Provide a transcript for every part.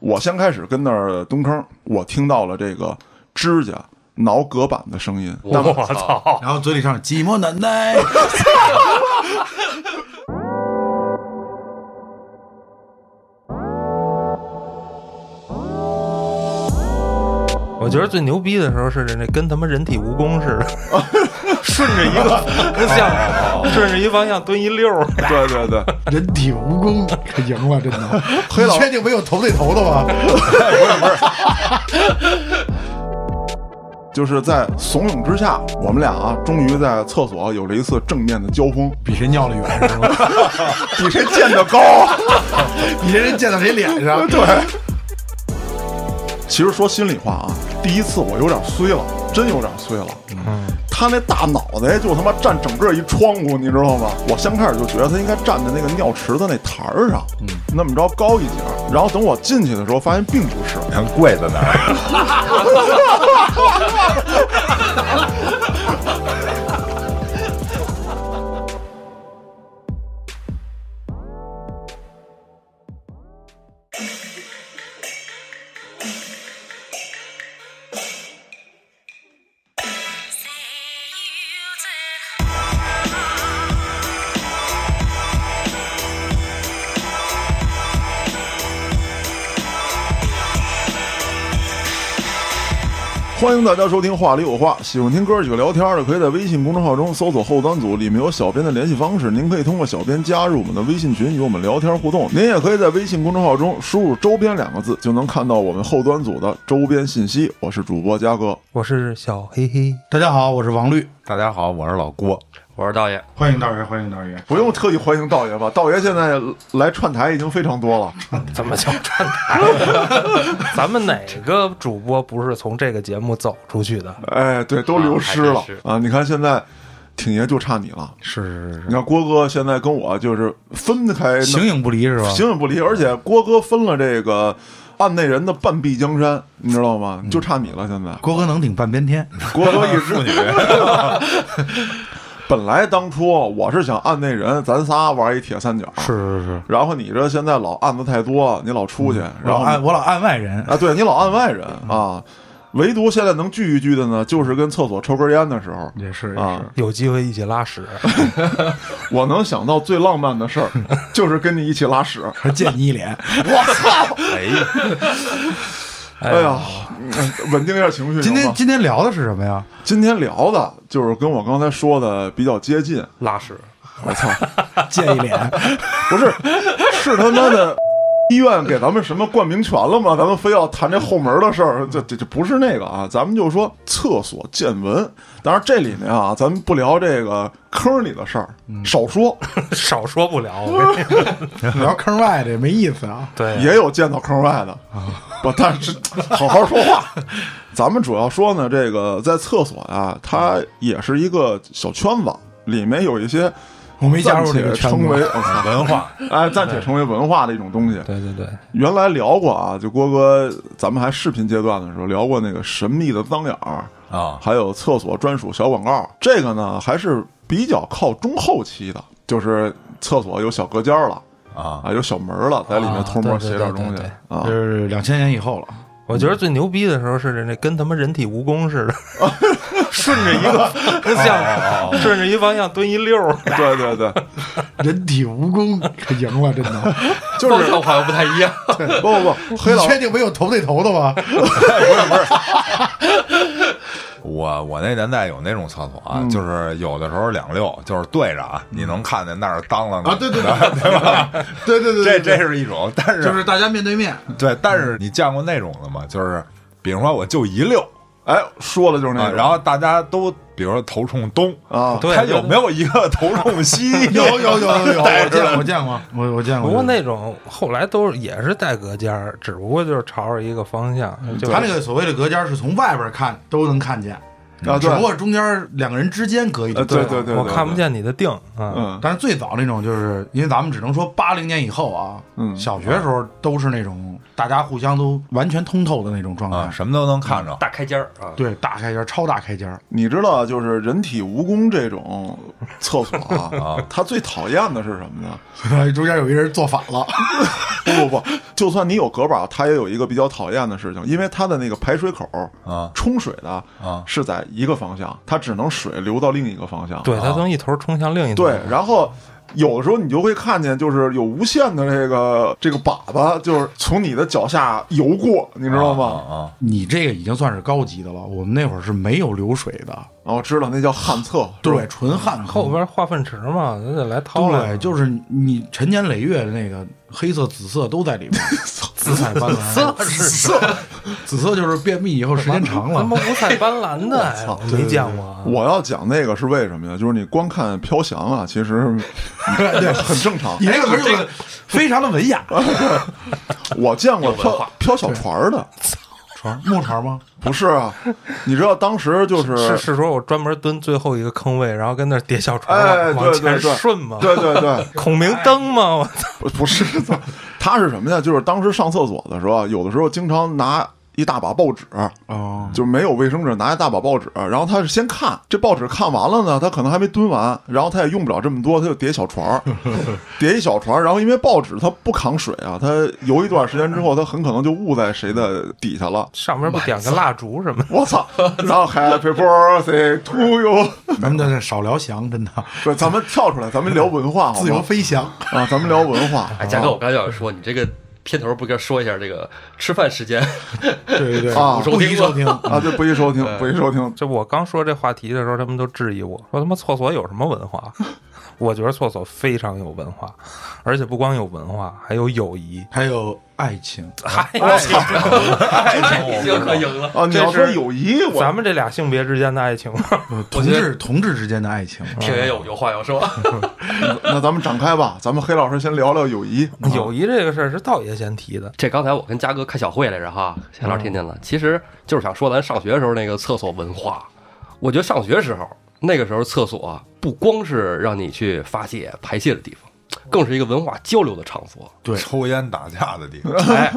我先开始跟那儿蹲坑，我听到了这个指甲挠隔板的声音，那 我操！然后嘴里唱“寂寞难耐 我觉得最牛逼的时候是那跟他妈人体蜈蚣似的， 顺着一个方向， 顺着一方向蹲一溜儿。 对对对，人体蜈蚣可赢了，真的。 黑老你确定没有头对头的 吗？就是在怂恿之下，我们俩啊，终于在厕所有了一次正面的交锋，比谁尿的远 是吧？比谁溅得高。啊你这人溅到谁脸 上？对。 其实说心里话啊，第一次我有点衰了，真有点衰了。嗯，他那大脑袋就他妈占整个一窗户，你知道吗？我先开始就觉得他应该站在那个尿池子那台儿上，嗯，那么着高一截儿。然后等我进去的时候，发现并不是，看跪在那儿，欢迎大家收听《话里有话》，喜欢听哥几个聊天的，可以在微信公众号中搜索“后端组”，里面有小编的联系方式，您可以通过小编加入我们的微信群，与我们聊天互动。您也可以在微信公众号中输入“周边”两个字，就能看到我们后端组的周边信息。我是主播嘉哥，我是小黑黑，大家好，我是王律，大家好，我是老郭，我是道爷，欢迎道爷，欢迎 道爷。不用特意欢迎道爷吧？道爷现在来串台已经非常多了。怎么叫串台？咱们哪个主播不是从这个节目走出去的？哎，对，都流失了啊还真是啊！你看现在。挺爷就差你了，是是是你看郭哥现在跟我就是分开那是，形影不离是吧？形影不离。而且郭哥分了这个案内人的半壁江山，你知道嗯吗？就差你了。现 在郭哥能顶半边 天，郭哥一妇女。 本来当初我是想案内人，咱仨玩一铁三角，是是是。然后你这现在老案子太多，你老出去，然然后后按我老按外 人，嗯啊，对你老案外人啊，唯独现在能聚一聚的呢，就是跟厕所抽根烟的时候。也是也啊是，，有机会一起拉 屎，我能想到最浪漫的 事儿，就是跟你一起拉屎。还溅你一 脸。哎，哎呀，嗯稳定一下情绪。今行天吗今天聊的是什么 呀？今天聊的就是跟我刚才说的比较接近，拉屎。我操，溅一 脸， 不是，是他妈的医院给咱们什么冠名权了吗？咱们非要谈这后门的事儿，这这这不是那个啊，咱们就说厕所见闻。当然这里面啊，咱们不聊这个坑里的事儿，少说，少说不了，我 跟你说聊坑外的也没意思啊。对，也有见到坑外的，不，但是好好说话。咱们主要说呢，这个在厕所啊，它也是一个小圈子，里面有一些我没加暂入这且个圈称为子，文化， 哎，暂且成为文化的一种东西。对对对，原来聊过啊，就郭哥，咱们还视频阶段的时候聊过那个神秘的脏眼儿啊还有厕所专属小广告。这个呢，还是比较靠中后期的，就是厕所有小隔间儿了啊，啊，有小门儿了，在里面偷摸啊对写对点对东西对啊就。是两千年以后了。我觉得最牛逼的时候是那跟他妈人体蜈蚣 似的，顺着一个方哦向，顺着一方向蹲一溜儿。啊对对对，人体蜈蚣可赢了，真的。 就是方向好像不太 一样。不不不，黑你老确定没有头对头的吗？我我那年代有那种厕所嗯啊，就是有的时候两溜，就是对着啊，你能看见那儿当啷啊对对对对吧？对对对这这是一种，但是就是大家面对面，对，但是你见过那种的吗？就是比如说我就一溜哎说了就是那啊，个，然后大家都比如说头冲东，啊，哦对他对有没有一个头冲西？有 有有有有，我见我见过，我我见过。 不过那种后来都是也是带隔间儿，嗯只不过就是朝着一个方向。就他那个所谓的隔间是从外边看都能看见，啊，只对不，过是中间两个人之间隔一呃层。对对对，我对看不，见你的腚啊，嗯，但是最早那种，就是因为咱们只能说八零年以后啊，嗯小学时候都是那种大家互相都完全通透的那种状态。啊，什么都能看着。大开间儿啊，对，大开间，超大开间，你知道，就是人体蜈蚣这种厕所啊，它最讨厌的是什么呢？中间有一人做反了，不不不，就算你有隔板，它也有一个比较讨厌的事情，因为它的那个排水口啊冲水的啊是在一个方向，它只能水流到另一个方向。对，它从一头冲向另一头，哦对，然后。有的时候你就会看见，就是有无限的这个这个粑粑，就是从你的脚下游过，你知道吗？啊啊，你这个已经算是高级的了。我们那会儿是没有流水的，哦，我知道那叫旱厕，对，纯旱后坑。边化粪池嘛，那得来掏来对，，就是你陈年累月的那个黑色、紫色都在 里面，紫彩斑斓，紫色 紫色就是便秘以后时间长他 了妈。五彩斑 斓的，哎操没见过啊。我要讲那个是为什么呀？就是你光看飘翔啊，其 实对很正常。你这个这个非常的文雅，我见过飘飘小船儿的，船啊木船吗？不是啊？你知道当时就是是是说我专门蹲最后一个坑位，然后跟那儿叠小船哎，往往对前对对，顺嘛？对对对，孔明灯嘛，我操！不不是， 他是什么呀？就是当时上厕所的时候，啊有的时候经常拿一大把报纸，哦，就没有卫生纸，拿一大把报纸，啊然后他是先看这报纸，看完了呢，他可能还没蹲完，然后他也用不了这么多，他就叠小船 儿，叠一小船儿，然后因为报纸它不抗水啊，它游一段时间之后，它很可能就误在谁的底下了。上面不点个蜡烛什么的？我 操！然后 Happy Birthday to you， 咱们这少聊翔，真的对，咱们跳出来，咱们聊文化好吗，自由飞翔。啊，咱们聊文化。哎，贾哥，我刚才要说，你这个片头不该说一下这个吃饭时间？ 对对对，啊不宜收听。啊，对，不宜收听，不宜收听。这我刚说这话题的时候，他们都质疑我说他妈厕所有什么文化？我觉得厕所非常有文化，而且不光有文化，还有友谊。还有爱情，我操！已经可赢了，啊，你这要说是友谊，我咱们这俩性别之间的爱情，呃同觉得志同志之间的爱情。啊挺爷有有话要说。那咱们展开吧，咱们黑老师先聊聊友谊。啊友谊这个事儿是道爷先提的。这刚才我跟嘉哥开小会来着哈，夏老师听见了，其实就是想说咱上学时候那个厕所文化。我觉得上学时候那个时候厕所啊不光是让你去发泄排泄的地方，更是一个文化交流的场所。对啊抽烟打架的地 方，哎，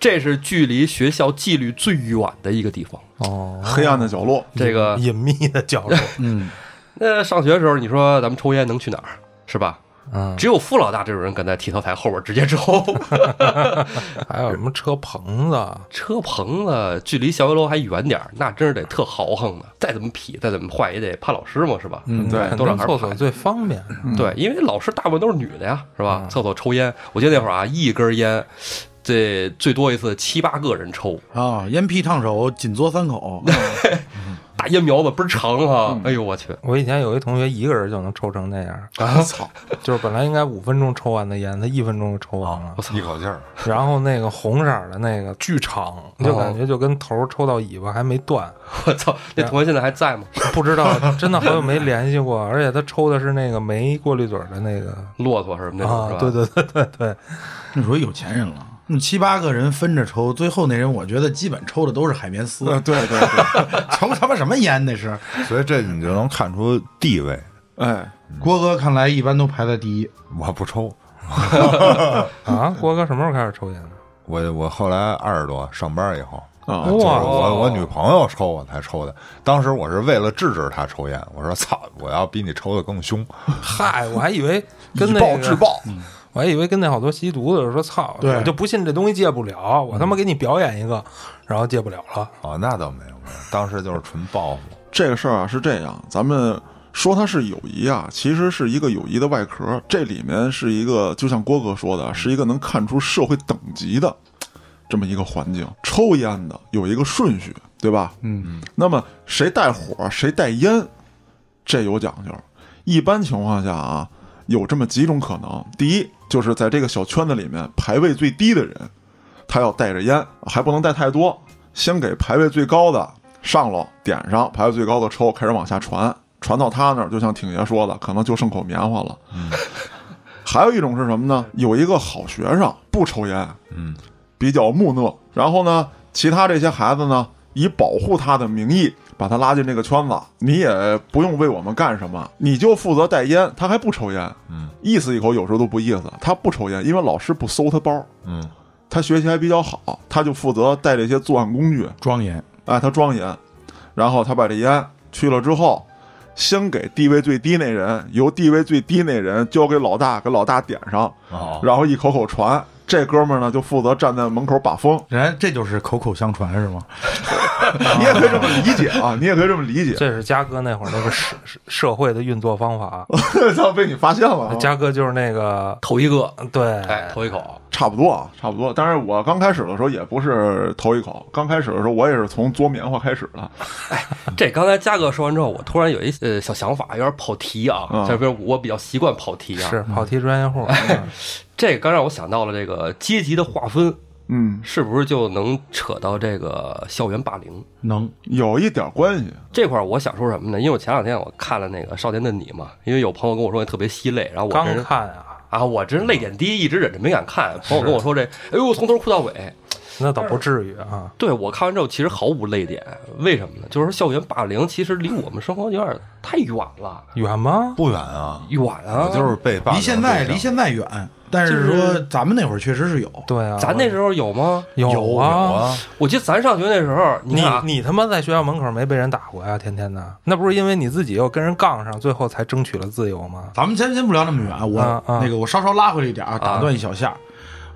这是距离学校纪律最远的一个地方。哦，黑暗的角落，这个隐秘的角落，嗯，那上学的时候，你说咱们抽烟能去哪儿？是吧？嗯，只有付老大这种人敢在体操台后边直接抽。还有什么车棚子？车棚子距离教学楼还远点儿，那真是得特豪横的。再怎么痞，再怎么坏，也得怕老师嘛，是吧？嗯，对肯都让定孩儿厕所排最方便。对，因为老师大部分都是女的呀，是嗯吧？厕所抽烟，我记得那会儿啊，一根烟，这最多一次七八个人抽，啊，烟屁烫手，紧嘬三口。大烟苗子倍儿长哈、嗯哎呦我去， 我以前有一同学一个人就能抽成那样，我 操，就是本来应该五分钟抽完的烟，他一分钟就抽完了。一口气儿，然后那个红色儿的那个巨长，就感觉就跟头儿抽到尾巴还没断，我操，那同学现在还在吗？不知道真的好久没联系过。而且他抽的是那个没过滤嘴儿的那个骆驼什么那种、是啊，吧？对对对对对，那属于有钱人了。那七八个人分着抽，最后那人我觉得基本抽的都是海绵丝，呃， 对对对，抽他妈什么烟那是？所以这你就能看出地位。哎，郭哥看来一般都排在第一，我不抽，啊，郭哥什么时候开始抽烟的？我我后来二十多上班以后，啊就是哇，我我女朋友抽我才抽的，当时我是为了制止她抽烟，我说操，我要比你抽的更凶，嗨，我还以为跟以那暴个制暴，我还以为跟那好多吸毒的说操，对我就不信这东西戒不了，我他妈给你表演一个，然后戒不了了。哦，那倒没有，没有，当时就是纯报复。这个事儿啊是这样，咱们说它是友谊啊，其实是一个友谊的外壳，这里面是一个，就像郭哥说的，是一个能看出社会等级的这么一个环境。抽烟的有一个顺序，对吧？嗯，那么谁带火，谁带烟，这有讲究。一般情况下啊，有这么几种可能：第一，就是在这个小圈子里面排位最低的人，他要带着烟，还不能带太多，先给排位最高的上喽，点上排位最高的抽，开始往下传，传到他那儿，就像挺爷说的，可能就剩口棉花了。嗯 还有一种是什么呢？有一个好学生不抽烟，嗯，比较木讷，然后呢，其他这些孩子呢，以保护他的名义，把他拉进这个圈子，你也不用为我们干什么，你就负责带烟。他还不抽烟，嗯，意思一口有时候都不意思。他不抽烟，因为老师不搜他包，嗯，他学习还比较好，他就负责带这些作案工具。庄严，哎，他装烟，然后他把这烟去了之后，先给地位最低那人，由地位最低那人交给老大，给老大点上，哦，然后一口口传。这哥们儿呢，就负责站在门口把风，人家这就是口口相传是吗？你也可以这么理解啊，你也可以这么理解。这是嘉哥那会儿那个社社社会的运作方法， 操，被你发现了啊，嘉哥就是那个头一个，对，哎，头一口，差不多啊，差不多。当然，我刚开始的时候也不是头一口，刚开始的时候我也是从嘬棉花开始的。这刚才嘉哥说完之后，我突然有一呃小想法，有点跑题啊嗯，这边我比较习惯跑题啊。是跑题专业户，嗯这个刚让我想到了这个阶级的划分，嗯，是不是就能扯到这个校园霸凌能，有一点关系。这块？我想说什么呢？因为我前两天我看了那个《少年的你》嘛，因为有朋友跟我说特别吸泪，然后我刚这人看啊，啊，我这人泪点低，一直忍着没敢看。朋友跟我说这，哎呦，从头哭到尾。那倒不至于啊，对我看完之后，其实毫无泪点，为什么呢？就是校园霸凌其实离我们生活有点太远了，远吗？ 不远啊，远啊！我就是被霸 凌离现在的对离象现在远，但是就说是咱们那会儿确实是有，对啊，咱那时候有吗？有有啊。啊，我记得咱上学那时候，你你看啊，你他妈在学校门口没被人打过呀？天天的，那不是因为你自己又跟人杠上，最后才争取了自由吗？咱们先先不聊那么远，我、啊啊那个我稍稍拉回来一点啊，打断一小下。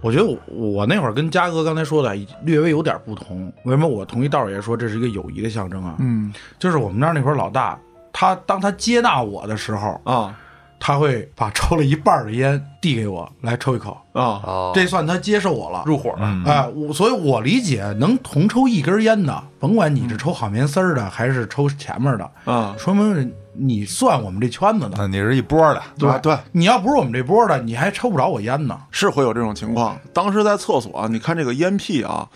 我觉得我我那会儿跟嘉哥刚才说的略微有点不同，为什么我同意道爷说这是一个友谊的象征啊？嗯就是我们那儿那会儿老大，啊他当他接纳我的时候，啊他会把抽了一半儿的烟递给我来抽一口，啊，哦，这算他接受我了。入伙了，嗯哎，我所以，我理解能同抽一根烟的，甭管你是抽好棉丝儿的还是抽前面的，啊说明你算我们这圈子的。啊那你是一波的，对对，你要不是我们这波的，你还抽不着我烟 呢。是会有这种情况。当时在厕所啊，你看这个烟屁啊，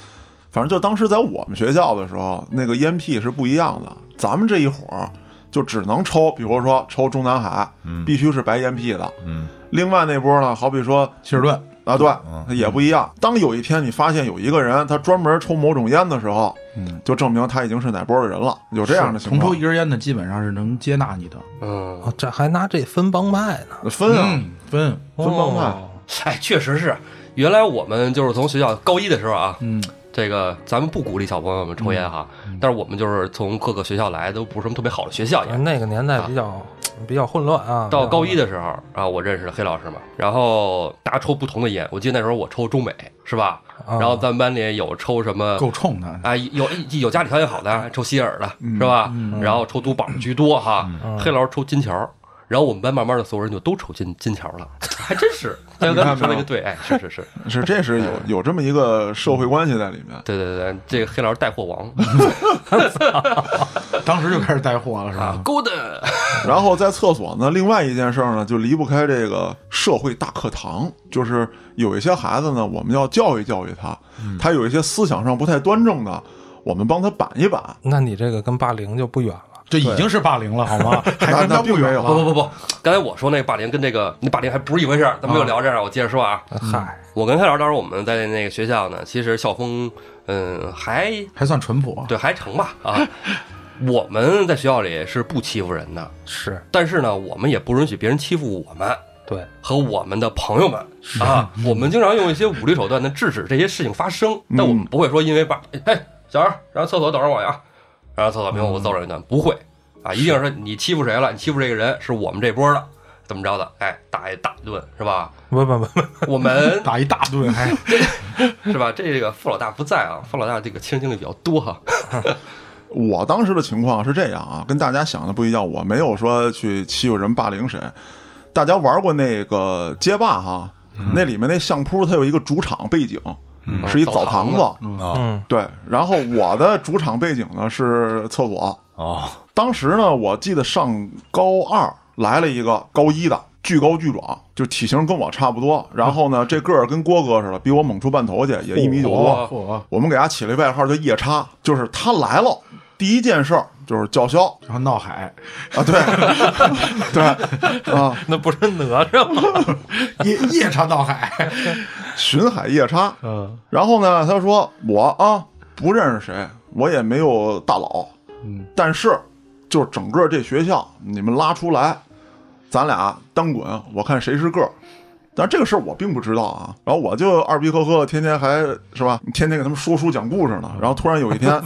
反正就当时在我们学校的时候，那个烟屁是不一样的。咱们这一伙儿就只能抽，比如说抽中南海，必须是白烟屁的。嗯，另外那波呢，好比说希尔顿，啊，对，它也不一样。当有一天你发现有一个人他专门抽某种烟的时候，嗯，就证明他已经是哪波的人了。有这样的情同抽况一，根烟的，基本上是能接纳你的。嗯，哦，这还拿这分帮派呢，分啊，嗯，分分帮派。哦 哎，确实是。原来我们就是从学校高一的时候啊，嗯，这个咱们不鼓励小朋友们抽烟哈，但是我们就是从各个学校来，都不是什么特别好的学校也。啊那个年代比较比较混乱啊。啊到高一的时候啊，我认识了黑老师嘛，然后大家抽不同的烟，我记得那时候我抽中美是吧？啊然后咱们班里有抽什么够冲的。啊，有有家里条件好的抽希尔的是吧？然后抽都宝居多哈，黑老师抽金条，然后我们班慢慢的所有人就都抽金金条了，还真 是。大哥说那个对，哎，是是是，是这是有有这么一个社会关系在里面。对对对，这个黑老师带货王当时就开始带货了，是啊吧？ ，Golden，然后在厕所呢，另外一件事儿呢，就离不开这个社会大课堂，就是有一些孩子呢，我们要教育教育他，嗯他有一些思想上不太端正的，我们帮他板一板。那你这个跟霸凌就不远了。这已经是霸凌了，好 吗？还那跟那他并不没远有不不不不，刚才我说那个霸凌跟这个那霸凌还不是一回事儿，咱们又聊这儿了，我接着说啊，嗨，我跟黑老师当时我们在那个学校呢，其实校风嗯还还算淳朴啊。对还成吧啊，我们在学校里是不欺负人的，是但是呢，我们也不允许别人欺负我们。对， 和我们的朋友们啊，我们经常用一些武力手段呢制止这些事情发生，但我们不会说因为把哎小孩儿，然后厕所等着我呀，然后厕所没有我揍人一顿，不会啊，一定嗯是你欺负谁了，你欺负这个人是我们这波的，怎么着的？哎，打一大顿是 吧？不不不，我们打一大顿，哎还 是吧？这个傅老大不在啊，傅老大这个亲身经历比较多哈。我当时的情况是这样啊，跟大家想的不一样，我没有说去欺负人、霸凌谁。大家玩过那个街霸哈、嗯那里面那相扑它有一个主场背景，是一澡堂子澡。啊，嗯，对，然后我的主场背景呢是厕所。哦，当时呢，我记得上高二来了一个高一的，巨高巨壮，就体型跟我差不多。然后呢，这个儿跟郭哥似的，比我猛出半头去，也一米九多。嚯，我们给他起了一外号叫夜叉，就是他来了，第一件事儿就是叫嚣然后闹 海，啊，对， 对啊，那不是哪吒吗？ 夜夜叉闹海，巡海夜叉。嗯，然后呢，他说我啊不认识谁，我也没有大佬，嗯，但是就是整个这学校，你们拉出来，咱俩单滚，我看谁是个儿。但这个事儿我并不知道啊，然后我就二逼呵呵，天天还是吧，天天给他们说书讲故事呢。然后突然有一天，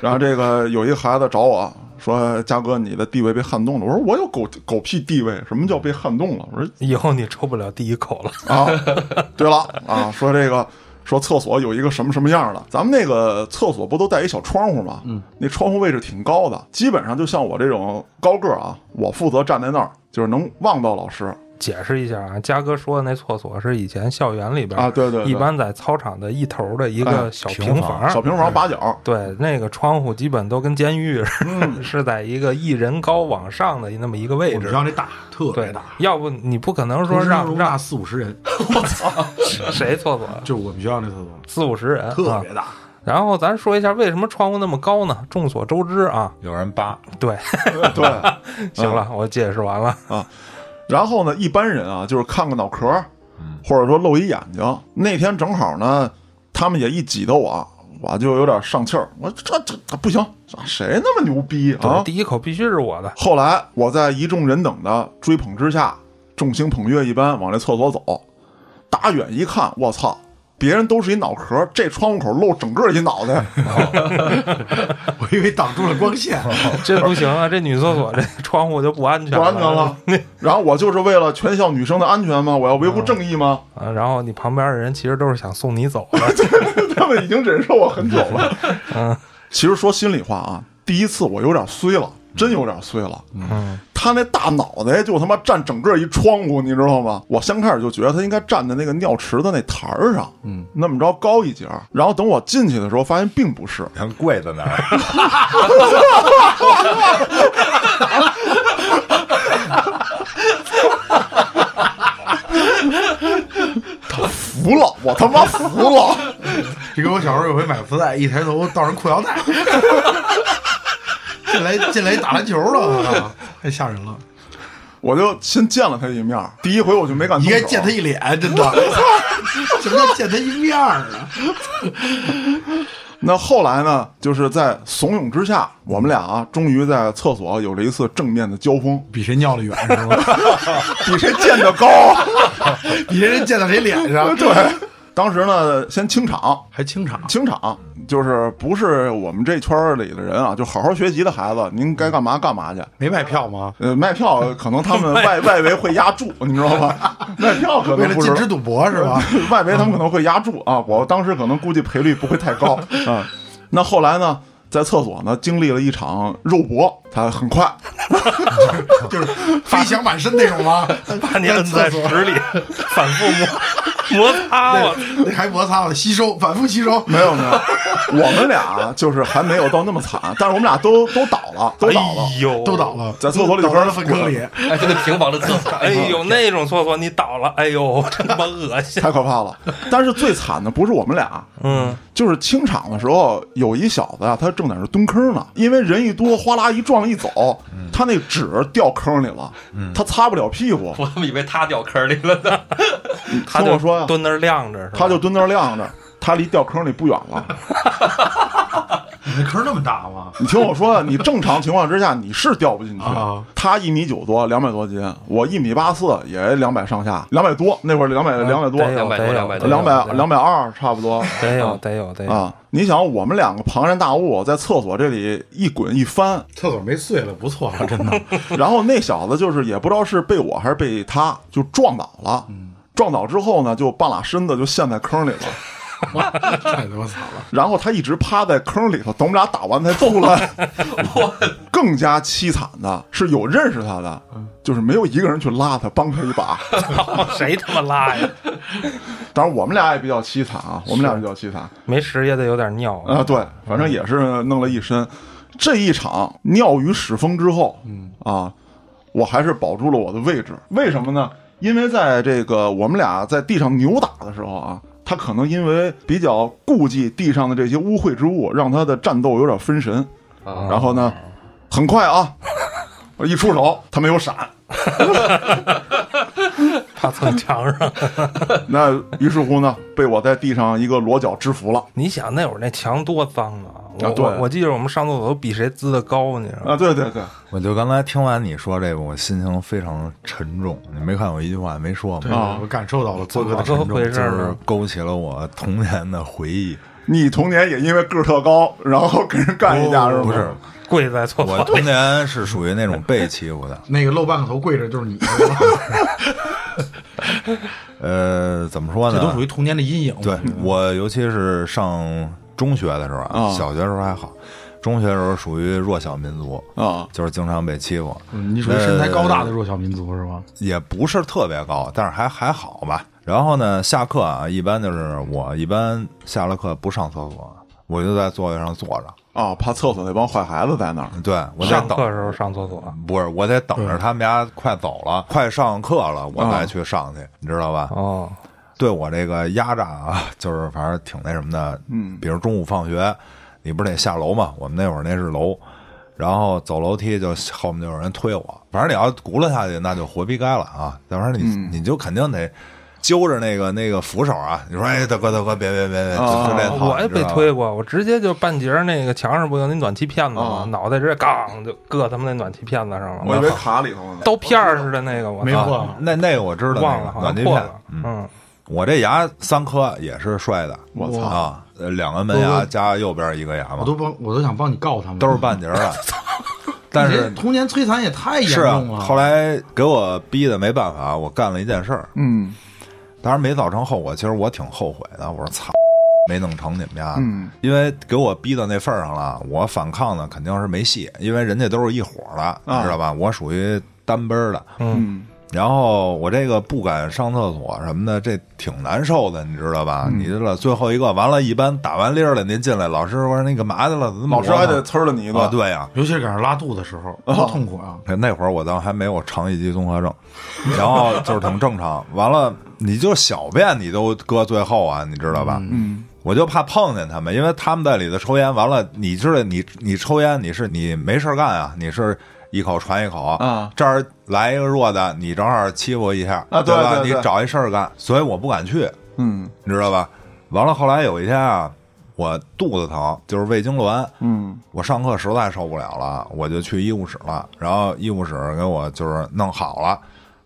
然后这个有一个孩子找我说：“嘉哥，你的地位被撼动了。”我说：“我有狗狗屁地位，什么叫被撼动了？”我说：“以后你抽不了第一口了。啊， 对了啊，说这个说厕所有一个什么什么样的，咱们那个厕所不都带一小窗户吗？嗯，那窗户位置挺高的，基本上就像我这种高个儿啊，我负责站在那儿，就是能望到老师。解释一下啊，嘉哥说的那厕所是以前校园里边啊对对对一般在操场的一头的一哎个小平平房房，小平房八角，对，那个窗户基本都跟监狱似的，嗯 是在一个一人高往上的那么一个位我们 学置。校那大，特别对大，，要不你不可能同说时让容纳让四五十人， 谁厕所就是我们学校那厕所，四五十人特啊别。大。然后咱说一下为什么窗户那么高呢？众所周知啊，有人扒，对，对嗯行了，我解释完了。然后呢，一般人啊，就是看个脑壳儿，或者说露一眼睛。那天正好呢，他们也一挤兑我，我就有点上气儿。我说这这这不行，这谁那么牛逼对啊？第一口必须是我的，后来我在一众人等的追捧之下，众星捧月一般往这厕所走，打远一看，我操！别人都是一脑壳，这窗户口露整个一脑袋，我以为挡住了光线，这不行啊！这女厕所这窗户就不安全，不安全 了。然后我就是为了全校女生的安全吗？我要维护正义吗？啊。然后你旁边的人其实都是想送你走的， 他们已经忍受我很久了。嗯，其实说心里话啊，第一次我有点衰了，真有点衰了。嗯，他那大脑袋就他妈占整个一窗户，你知道吗？我先开始就觉得他应该站在那个尿池的那台儿上，嗯，那么着高一截儿。然后等我进去的时候，发现并不是，人跪在那儿，服了，我他妈服了。 这跟我小时候有回买福袋，一抬头到人裤腰带，进来进来打篮球了，我操太吓人了！我就先见了他一面儿，第一回我就没敢动你手。应该见他一脸，真的，什么叫见他一面儿啊？那后来呢，就是在怂恿之下，我们俩啊，终于在厕所有了一次正面的交锋，比谁尿的远是吗？比谁见得高。比谁溅到谁脸上，对，当时呢，先清场，还清场。清场就是不是我们这圈儿里的人啊，就好好学习的孩子，您该干嘛干嘛去。没卖票吗？呃，卖票可能他们外外围会压住，你知道吗？卖票可为能了不禁知止赌博是吧？ 外围他们可能会压住啊。我当时可能估计赔率不会太高啊。那后来呢，在厕所呢经历了一场肉搏，他很快就是飞翔满身那种吗？把你摁 在屎里，反复摩摩擦我。那还摩擦了，吸收，反复吸收。没有没有， 我们俩就是还没有到那么惨，但是我们俩都都倒了，都倒了。哎呦，都倒了，在厕所里倒边到儿了粪坑里，哎，就那平房的厕所，哎呦，那种厕所你倒了，哎呦，真他妈恶心。 太可怕了！但是最惨的不是我们俩，嗯，就是清场的时候，有一小子啊，他正在那蹲坑呢，因为人一多，哗啦一撞一走，他那纸掉坑里了，他擦不了屁股，我他妈以为他掉坑里了呢。他听就我说呀蹲那儿晾着，是吧他就蹲那儿晾着，他离掉坑里不远了。你那坑那么大吗？你听我说呀，你正常情况之下你是掉不进去啊。他一米九多，两百多斤，我一米八四，也两百上下，两百多，那会儿两百两百多，啊得有200得有200得有两百两百百二差不多。得有得有哎得有，啊！你想，我们两个庞然大物在厕所这里一滚一翻，厕所没碎了，不错啊了，真的。 然后那小子就是也不知道是被我还是被他就撞倒了，嗯撞倒之后呢，就半拉身子就陷在坑里了。太他妈惨了！然后他一直趴在坑里头，等我们俩打完才出 来。更加凄惨的是，有认识他的，嗯就是没有一个人去拉他，帮他一把。 谁他妈拉呀？当然，我们俩也比较凄惨啊，我们俩比较凄惨没屎也得有点尿啊啊。对，反正也是弄了一身。这一场尿雨屎风之后，嗯啊，我还是保住了我的位置。为什么呢？因为在这个我们俩在地上扭打的时候啊，他可能因为比较顾忌地上的这些污秽之物，让他的战斗有点分神。啊，然后呢，很快啊，我一出手他没有闪，怕蹭墙上。 那于是乎呢，被我在地上一个裸脚制服了你想那会儿那墙多脏啊！我、啊对我我记得我们上厕所都比谁滋的高，你知道吗？啊！对对对， 我就刚才听完你说这个，我心情非常沉重。你没看我一句话也没说吗？啊我感受到了怎做么哥的个沉回重。就事儿是呢？勾起了我童年的回忆。你童年也因为个儿特高，然后跟人干一架是吗？哦不是，跪在厕哎我所童年是属于那种被欺负的。那个露半个头跪着就是你，呃，怎么说这呢？都属于童年的阴影。对我，尤其是上中学的时候啊，啊小学的时候还好，中学的时候属于弱小民族，啊，就是经常被欺负。嗯，你属于身呃材高大的弱小民族是吗？也不是特别高，但是还还好吧。然后呢，下课啊，一般就是我一般下了课不上厕所，我就在座位上坐着，啊，怕厕所那帮坏孩子在那儿对我得上课等。的时候上厕所不是，我得等着他们家快走了，快上课了，我啊再去上去，你知道吧？哦，对我这个压榨啊， 就是反正挺那什么的。嗯比如中午放学，你不是得下楼嘛？我们那会儿那是楼，然后走楼梯就后面就有人推我，反正你要轱辘下去，那就活逼该了啊！要不然你、嗯你就肯定得揪着那个那个扶手啊，你说哎大哥大哥别别别别，就啊就这套，哦我也你知被道吧推过，我直接就半截儿那个墙上不有那暖气片子啊吗？脑袋直接杠就硌他们那暖气片子上我以了，为卡里头呢。刀片儿似的那个，我没操货啊。那那个我知道，忘了，好那个暖像气破片了。。嗯，我这牙三颗也是摔的，我操啊，呃两个门牙加右边一个牙嘛我，都帮，我都想帮你告他们，都是半截儿的。但你这是童年摧残也太严是啊重，了。后来给我逼的没办法，我干了一件事儿，嗯当然没造成后果。其实我挺后悔的，我说操，没弄成你们家的，嗯因为给我逼到那份儿上了，我反抗呢肯定是没戏，因为人家都是一伙儿的，啊你知道吧？我属于单奔儿的，嗯然后我这个不敢上厕所什么的，这挺难受的，你知道嗯吧？你这了最后一个完了，一般打完铃儿了，您进来，老师我说你干嘛去了？怎么老师磨还得呲蹭了你一啊，顿。对呀、尤其是赶上拉肚子的时候，哦多痛苦啊！那会儿我倒还没有肠易激综合症，然后就是挺正常。完了，你就小便你都搁最后啊，你知道吧？嗯我就怕碰见他们，因为他们在里头抽烟。完了，你知道你你抽烟你是你没事儿干啊，你是一口传一口啊这儿来一个弱的，你正好欺负一下啊对吧？对对你找一事儿干，所以我不敢去，嗯你知道吧？完了，后来有一天啊，我肚子疼，就是胃痉挛，嗯我上课实在受不了了，我就去医务室了。然后医务室给我就是弄好了，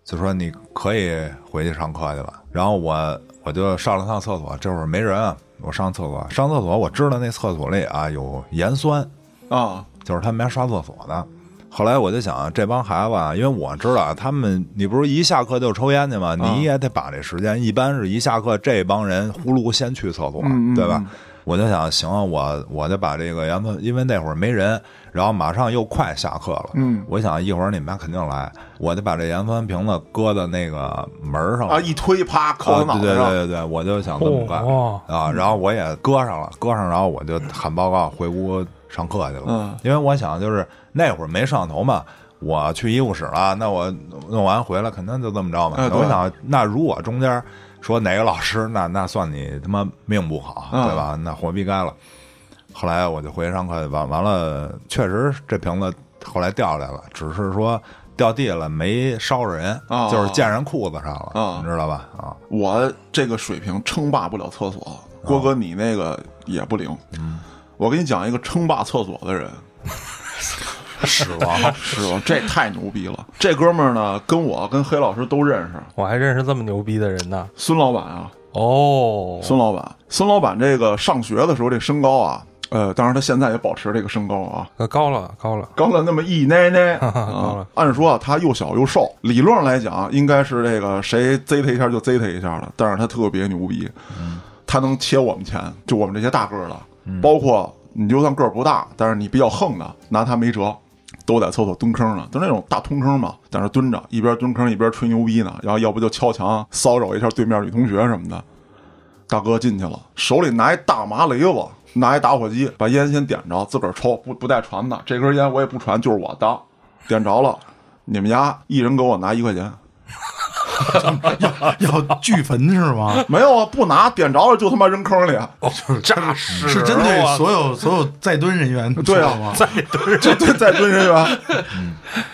就说你可以回去上课去了。然后我我就上了趟厕所，这会儿没人啊，我上厕所，上厕所我知道那厕所里啊有盐酸，啊就是他们家刷厕所呢。后来我就想，这帮孩子啊，因为我知道啊，他们，你不是一下课就抽烟去吗？嗯你也得把这时间，一般是一下课，这帮人呼噜先去厕所，嗯嗯对吧？我就想，行啊，我我就把这个盐分，因为那会儿没人，然后马上又快下课了，嗯我想一会儿你们家肯定来，我就把这盐酸瓶子搁到那个门儿上啊！一推，啪，啊扣他脑对袋对上。对对对，我就想这么干、哦啊，然后我也搁上了，搁上，然后我就喊报告回屋上课去了。嗯因为我想就是那会儿没摄像头嘛，我去医务室了，那我弄完回来肯定就这么着嘛。哎对我想，那如果中间说哪个老师，那那算你他妈命不好，嗯对吧？那活逼该了。后来我就回去上课去吧，完了确实这瓶子后来掉下来了，只是说掉地了没烧着人，哦就是溅人裤子上了，哦你知道吧？啊。我这个水平称霸不了厕所，郭哥你那个也不灵。我给你讲一个称霸厕所的人，死亡是 吧？这太牛逼了！这哥们儿呢，跟我跟黑老师都认识，我还认识这么牛逼的人呢。孙老板啊，哦，孙老板，孙老板这个上学的时候这身高啊，呃，当然他现在也保持这个身高啊，呃高了高了，高了那么一奶奶 高啊了。按说啊，他又小又瘦，理论上来讲应该是这个谁贼他一下就贼他一下了，但是他特别牛逼，他能切我们钱，就我们这些大个儿的，嗯包括你就算个儿不大，但是你比较横的，拿他没辙。都在厕所蹲坑呢，就那种大通坑嘛，在那蹲着，一边蹲坑一边吹牛逼呢，然后要不就敲墙骚扰一下对面女同学什么的。大哥进去了，手里拿一大麻雷子，拿一打火机，把烟先点着，自个儿抽，不不带传的。这根烟我也不传，就是我的。点着了，你们家一人给我拿一块钱。要要俱焚是吗？没有啊，不拿点着了就他妈扔坑 里。啊诈尸是针啊对所有所有在蹲人员对啊说吗？这对在蹲人员，嗯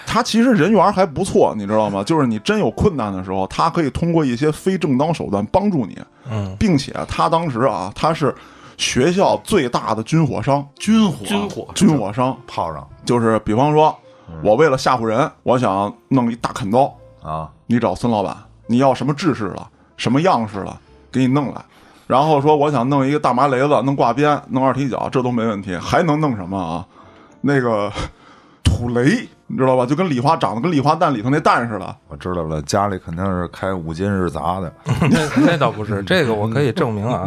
他其实人缘还不错，你知道吗？就是你真有困难的时候，他可以通过一些非正当手段帮助你，嗯，并且他当时啊，他是学校最大的军火商，军火军火军火商， 泡上就是比方说，我为了吓唬人，我想弄一大砍刀，啊，你找孙老板，你要什么制式了，什么样式了，给你弄来。然后说我想弄一个大麻雷子，弄挂鞭，弄二踢脚，这都没问题。还能弄什么啊？那个 土雷，你知道吧？就跟礼花长得跟礼花弹里头那弹似的。我知道了，家里肯定是开五金日杂的，嗯那那倒不是，这个我可以证明啊。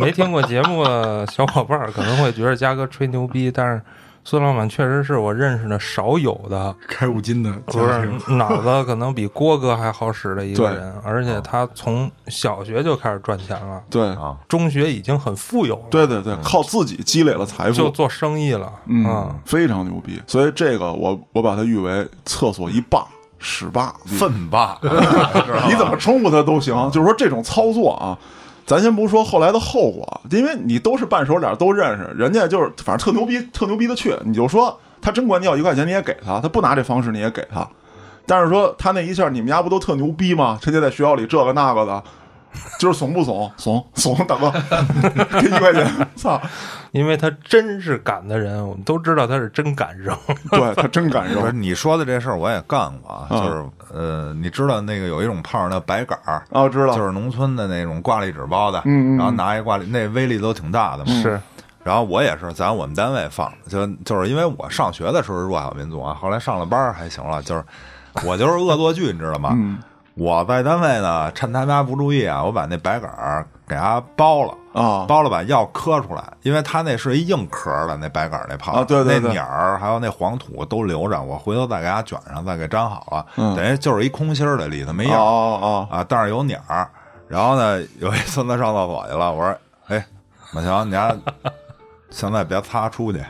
没听过节目的小伙伴儿可能会觉得嘉哥吹牛逼，但是孙老板确实是我认识的少有的，开五金的，不是 脑子可能比郭哥还好使的一个对人，而且他从小学就开始赚钱了，对，啊，中学已经很富有了，对对对，靠自己积累了财就富，做生意了，啊啊嗯，非常牛逼。所以这个我我把它誉为厕所一霸。屎霸，粪霸， 你怎么称呼他都行。就是说这种操作啊，咱先不说后来的后果，因为你都是半手脸，都认识，人家就是反正特牛逼，特牛逼的去，你就说他真管你要一块钱，你也给他，他不拿这方式你也给他。但是说他那一下，你们家不都特牛逼吗？直接在学校里这个那个的，就是怂不怂？怂怂，大哥， 给一块钱，操！因为他真是敢的人，我们都知道他是真敢扔，对他真敢 不是扔你说的这事儿我也干过啊，嗯就是呃，你知道那个有一种泡上的白杆儿，啊！知道，就是农村的那种挂历纸包的，嗯嗯嗯然后拿一挂历，那威力都挺大的嘛。 是然后我也是在我们单位放，就就是因为我上学的时候是弱小民族啊，后来上了班儿还行了，就是我就是恶作剧，你知道吗？嗯我在单位呢，趁他们家不注意啊，我把那白杆儿给他包了。啊包了把药磕出来，因为他那是一硬壳的那白杆儿那泡啊对对对那鸟儿还有那黄土都留着，我回头再给它卷上，再给粘好了，嗯等于就是一空心儿的，里头没哦药。哦哦，啊，但是有鸟儿。然后呢，有一孙子上厕所去了，我说：“哎，马强，你家 现在别擦出去。”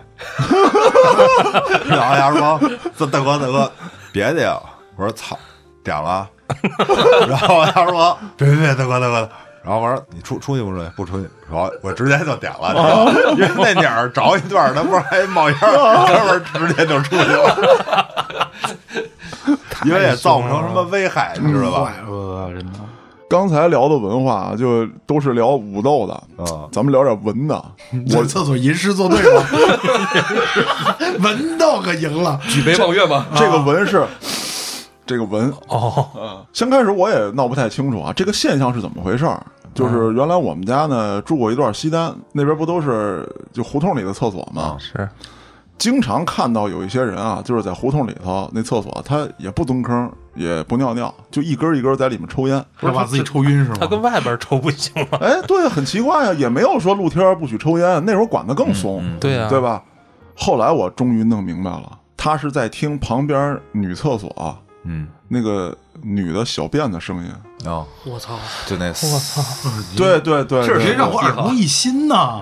然后他说：“这大哥，大哥，别去。”我说：“操，点了。” 然后他说：“别别别，大哥，大哥。”然后我说：“你出出去不出去？不出去。”然后我直接就点了，因为那鸟儿着一段儿，它不是还冒烟儿，它不是直接就出去了， 因为也造不成什么危害，你知道吧？坏了，真的。刚才聊的文化就都是聊武斗的，啊，咱们聊点文的。我厕所吟诗作对吗？ 文道可赢了， 举杯望月吗？这个文 是这个文。嗯哦，先开始我也闹不太清楚啊，这个现象是怎么回事儿？嗯就是原来我们家呢住过一段西单，那边不都是就胡同里的厕所吗？啊是经常看到有一些人啊，就是在胡同里头那厕所，他也不蹲坑，也不尿尿，就一根一根在里面抽烟。要把自己抽晕是他跟吗？外边抽不行吗？ 哎，对，很奇怪啊，也没有说露天儿不许抽烟，那时候管得更松，对呀，对？吧？后来我终于弄明白了，他是在听旁边女厕所、嗯，那个女的小便的声音。哦，我操！就那我操！对对对，这是对谁对让我耳目一新呐！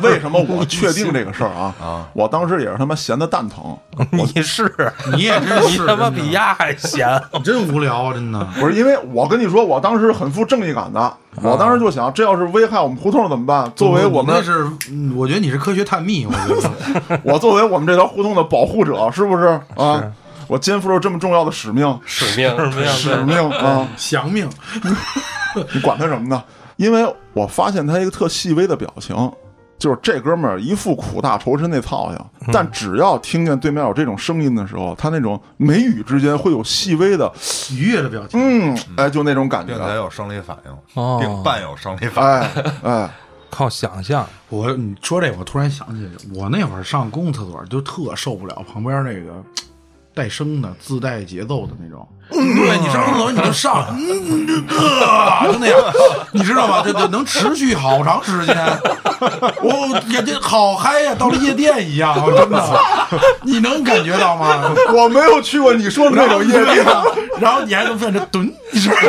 为什么我确定这个事儿啊？啊，我当时也是他妈闲的蛋疼，你是你也真你是他妈比呀，鸭还闲， 你真无聊啊！真的，不是因为我跟你说，我当时很负正义感的，我当时就想，这要是危害我们胡同怎么办？作为我那们，是，嗯我觉得你是科学探秘，我觉得 我作为我们这条胡同的保护者，是不是啊？我肩负着这么重要的使命，使命，什么样？使命啊！降命你管他什么呢？因为我发现他一个特细微的表情，就是这哥们儿一副苦大仇深那操性，嗯但只要听见对面有这种声音的时候，他那种眉宇之间会有细微的，愉悦的表情。嗯，哎，就那种感觉并，且有生理反应，哦并伴有生理反哎哎，靠想象，我你说这，我突然想起，我那会儿上公共厕所就特受不了旁边那个带声的、自带节奏的那种。对你上公共厕所你就上，嗯，呃就那样，你知道吗？这这能持续好长时间。我感觉好嗨呀，到了夜店一样，啊真的，你能感觉到吗？我没 有去过你说的那种夜店，然后你还能在这蹲，你说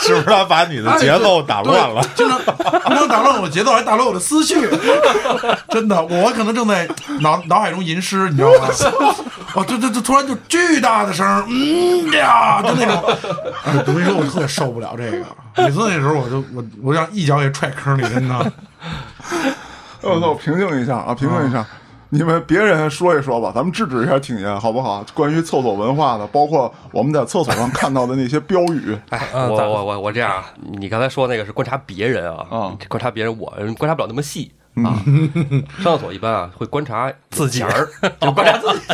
是不是他把你的节奏打乱了？经常不光打乱我节奏，还打乱我的思 绪。真的，我可能正在脑脑海中吟诗，你知道吗？哦，这这这突然就巨大的声儿，嗯呀，就那种。哎我跟你说，我特受不了这个。每次那时候，我就我我想一脚给踹坑里，真 的。 我我平静一下啊，平静一下。嗯你们别人说一说吧，咱们制止一下挺爷好不好？关于厕所文化的，包括我们在厕所上看到的那些标 语，哎，嗯我咋了我我我这样啊，你刚才说那个是观察别人啊，啊观察别人，我观察不了那么细啊。上厕所一般啊会观察自己眼儿，就观察自己。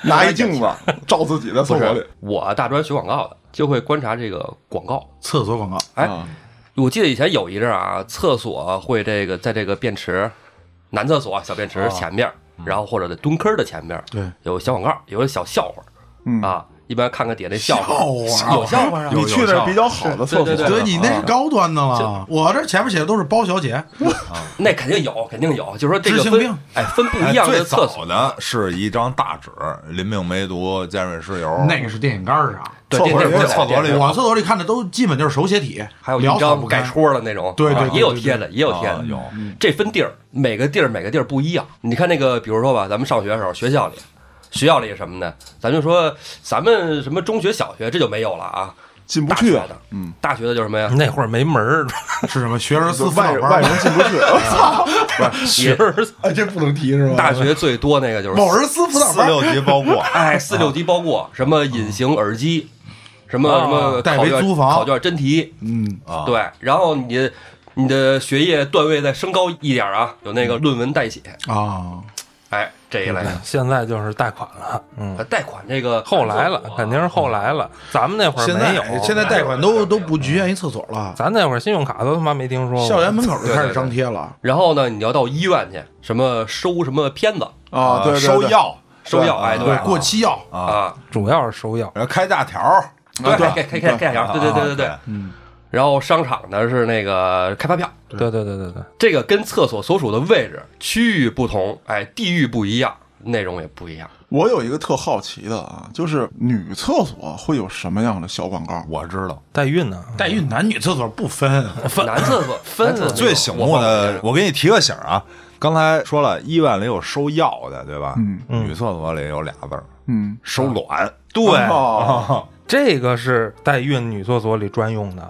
拿一镜子照自己在厕不所里是，我大专学广告的，就会观察这个广告。厕所广告，哎啊我记得以前有一阵儿啊，厕所会这个在这个便池，男厕所小便池前面儿，然后或者在蹲坑儿的前面儿，对有小广告，有小笑话儿嗯啊。一般看看底下那笑话笑儿，话有笑话 儿啊，你去那儿比较好的厕对所对，对你那是高端的了。我这前面写的都是包小姐，那肯定有，肯定有，就说这知个性分病哎分不哎一样最的厕早所，的是一张大纸，淋病梅毒、尖锐湿疣，那个是电线杆儿上。对厕这所这里这厕所这里我厕所里看的都基本就是手写体，还有潦印草章不盖堪。戳的那种，对对啊对也有对贴的，也有贴的啊，有这分地儿，每个地儿每个地儿不一样。你看那个，比如说吧，咱们上学的时候，学校里，学校里什么呢？咱就说咱们什么中学、小学这就没有了啊。进不大学去，的，嗯，大学的就是什么呀？那会儿没门儿，是什么学而思就辅外导班外儿，人进不去。 我学生啊哎，这不能提是吧？大学最多那个就是。某人思辅导四班儿，啊六级包裹哎，四六级包括什么隐形耳机，什么什么代考为卷啊租房考卷真题，嗯啊对，然后你你的学业段位再升高一点啊，有那个嗯论文代写，啊，哎，这一类的。现在就是贷款了，嗯，呃贷款这个后来了，肯定是后来了。咱们那会儿现没在有，哦现在贷款都都不局限于厕所了，咱那会儿信用卡都他妈没听说过。校园门口就开始张贴了。然后呢，你要到医院去，什么收什么片子，啊，对对收对，药，收药，哎，对，过期药啊，主要是收药，然后开假条，对，对开开开开条，对对对对对嗯啊。然后商场呢是那个开发票，对对对对对，这个跟厕所所属的位置、区域不同，哎，地域不一样，内容也不一样。我有一个特好奇的啊，就是女厕所会有什么样的小广告？我知道。代孕呢，代孕男女厕所不呃分，男厕所分的最醒目的，我给你提个醒啊，刚才说了，医院里有收药的，对吧？嗯女厕所里有俩字儿，嗯，收卵。对哦，这个是代孕女厕所里专用的，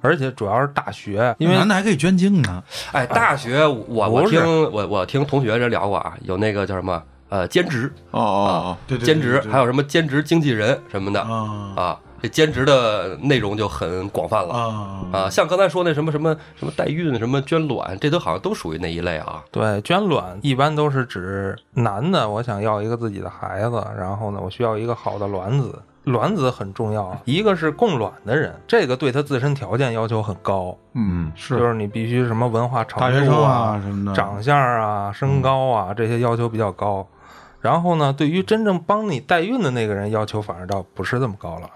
而且主要是大学，因为男的还可以捐精呢。哎，大学我我不是听我我听同学这聊过啊，有那个叫什么呃兼职哦哦对对对兼职对，对还有什么兼职经纪人什么的啊啊，这兼职的内容就很广泛了啊，啊。像刚才说那什么什么什么代孕、什么捐卵，这都好像都属于那一类啊。对捐卵一般都是指男的，我想要一个自己的孩子，然后呢，我需要一个好的卵子。卵子很重要，啊嗯一个是供卵的人，这个对他自身条件要求很高，嗯，是就是你必须什么文化程 度大学生啊什么的哎长相啊、身高啊这些要求比较高。然后呢，对于真正帮你代孕的那个人要求反而倒不是这么高了，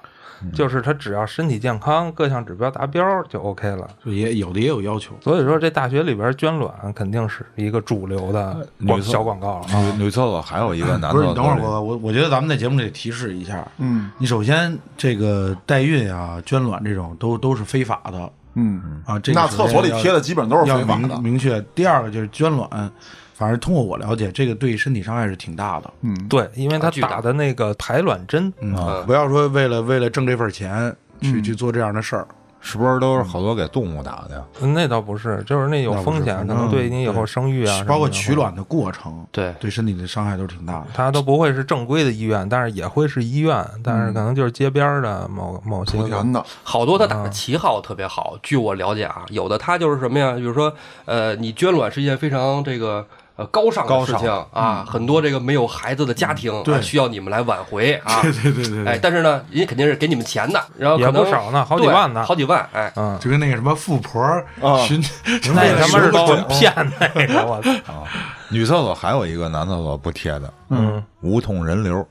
嗯就是他只要身体健康，各项指标达标就 OK 了。就也有的也有要求。所以说，这大学里边捐卵肯定是一个主流呃的女广厕小广告了。女女厕所还有一个男啊不厕是，你所里，等会儿我我我觉得咱们在节目里提示一下，嗯你首先这个代孕啊、捐卵这种都都是非法的嗯，啊。这个那首先厕所里要贴的基本都是要非法明的。明确。第二个就是捐卵，反正通过我了解，这个对身体伤害是挺大的。嗯，对，因为他啊巨大打的那个排卵针，嗯嗯不要说为了为了挣这份钱去、去做这样的事儿，是不是都是好多给动物打的呀？那倒不是，就是那有那不是风险，反可正能对你以后生育啊什么的，包括取卵的过程，对对身体的伤害都是挺大的。它都不会是正规的医院，但是也会是医院，但嗯是可能就是街边儿的某某些莆个田的，好多他打的旗号特别好，据我了解啊，有的他就是什么呀，比如说呃，你捐卵是一件非常这个。呃，高尚的事情啊，很多这个没有孩子的家庭啊对需要你们来挽回 啊。对对对对对哎，但是呢，人家肯定是给你们钱的，然后也可能不少呢好几对万呢好几万。哎，嗯，就跟那个什么富婆儿啊 寻，哎 那他妈是包纯骗那个， 嗯我操！女厕所还有一个男厕所不贴的，嗯，无痛人流，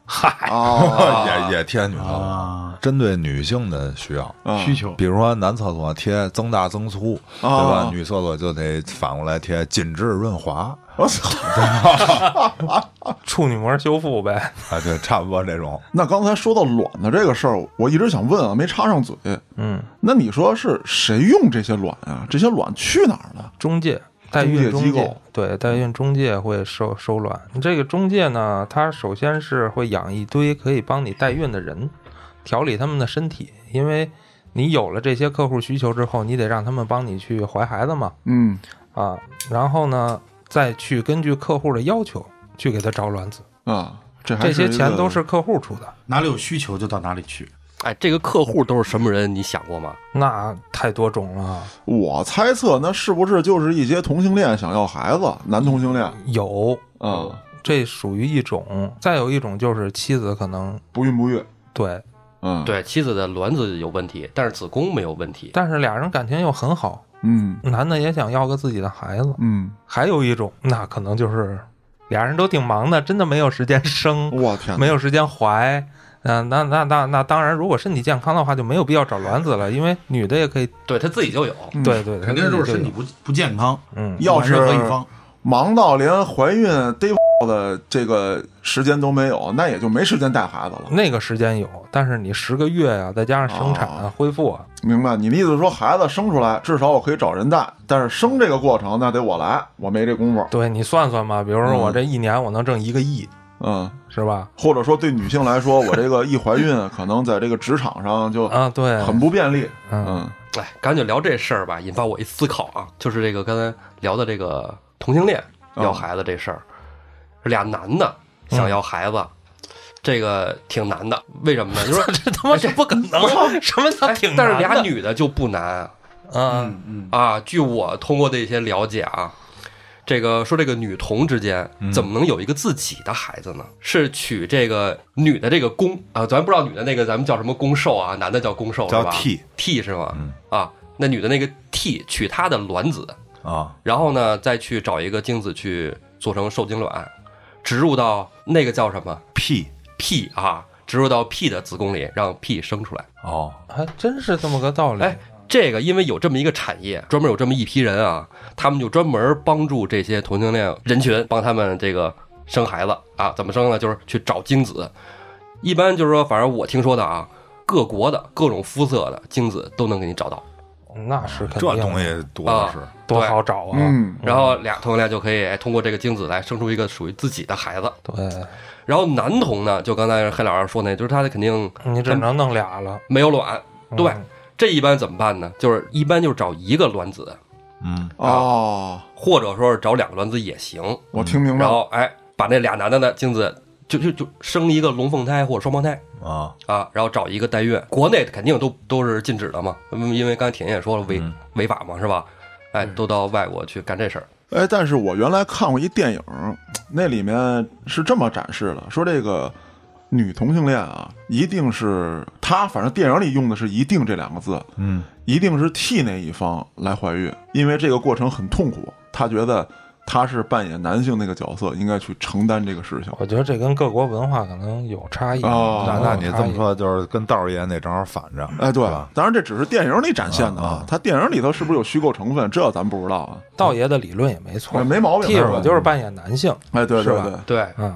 哦 也也贴女厕所啊，针对女性的需要。啊需求比如说男厕所贴增大增粗，对哦吧？女厕所就得反过来贴紧致润滑。我操，处女膜修复呗。啊，对，差不多这种。那刚才说到卵的这个事儿，我一直想问啊，没插上嘴。嗯，那你说是谁用这些卵啊？这些卵去哪儿了？中介代中孕中介机介构对代孕中介会收收卵。这个中介呢，他首先是会养一堆可以帮你代孕的人，调理他们的身体，因为你有了这些客户需求之后，你得让他们帮你去怀孩子嘛嗯，啊，然后呢，再去根据客户的要求去给他找卵子，啊，这还这是些钱都一个是客户出的。哪里有需求就到哪里去。哎，这个客户都是什么人？你想过吗？那太多种了，我猜测，那是不是就是一些同性恋想要孩子，男同性恋有，啊，这属于一种。再有一种就是妻子可能不孕不育，对，啊嗯，，对，妻子的卵子有问题，但是子宫没有问题。但是俩人感情又很好，嗯男的也想要个自己的孩子。嗯，还有一种，那可能就是俩人都挺忙的，真的没有时间生，我天哪，没有时间怀。嗯、那那那那当然，如果身体健康的话，就没有必要找卵子了，因为女的也可以。对他自己就有，嗯对对，肯定她自己就是身体有。不不健康，嗯，要是不管任何一方忙到连怀孕逮的这个时间都没有，那也就没时间带孩子了。那个时间有，但是你十个月啊，再加上生产啊、哦恢复啊，明白你的意思是说，孩子生出来至少我可以找人带，但是生这个过程那得我来，我没这功夫。对你算算吧，比如说我嗯这一年我能挣一个亿，嗯，是吧？或者说对女性来说，我这个一怀孕，可能在这个职场上就啊，对，很不便利。嗯嗯哎，赶紧聊这事儿吧，引发我一思考啊，就是这个刚才聊的这个同性恋哦要孩子这事儿，俩男的嗯想要孩子，这个挺难的，为什么呢？就是 这他妈是不可能，什么叫哎挺难的？但是俩女的就不难啊，嗯啊。据我通过的一些了解啊，这个说这个女童之间嗯怎么能有一个自己的孩子呢？是娶这个女的这个公啊，咱不知道女的那个咱们叫什么公兽啊，男的叫公兽是叫吧 T T 是吗？嗯啊，那女的那个 T 娶她的卵子，啊，然后呢再去找一个精子去做成受精卵，植入到那个叫什么 P P 啊，植入到 P 的子宫里，让 P 生出来。哦，还真是这么个道理。哎，这个因为有这么一个产业，专门有这么一批人啊，他们就专门帮助这些同性恋人群，帮他们这个生孩子啊，怎么生呢？就是去找精子。一般就是说，反正我听说的啊，各国的各种肤色的精子都能给你找到。那是肯这定的东西多的是。多好找啊。嗯，然后俩同性恋就可以哎通过这个精子来生出一个属于自己的孩子。对，然后男童呢，就刚才黑老师说那，就是他肯定你只能弄俩了。没有卵，嗯对，这一般怎么办呢？就是一般就是找一个卵子，嗯，哦，或者说是找两个卵子也行。我听明白了。然后哎，把那俩男的的精子就就就生一个龙凤胎或者双胞胎啊，啊，然后找一个代孕。国内肯定都都是禁止的嘛，嗯因为刚才铁爷也说了违、嗯违法嘛，是吧？哎，嗯都到外国去干这事儿。哎，但是我原来看过一电影，那里面是这么展示的：说这个女同性恋啊，一定是她，反正电影里用的是“一定”这两个字，嗯，一定是替那一方来怀孕，因为这个过程很痛苦，她觉得她是扮演男性那个角色，应该去承担这个事情。我觉得这跟各国文化可能有差异。哦那有那你差这么异，说就是跟道儿爷那正好反着，哎，对是吧，当然这只是电影里展现的啊啊啊，它电影里头是不是有虚构成分，这咱不知道啊，道爷的理论也没错，没毛病。替没我毛病就是扮演男性。哎，对是对吧对，对，嗯，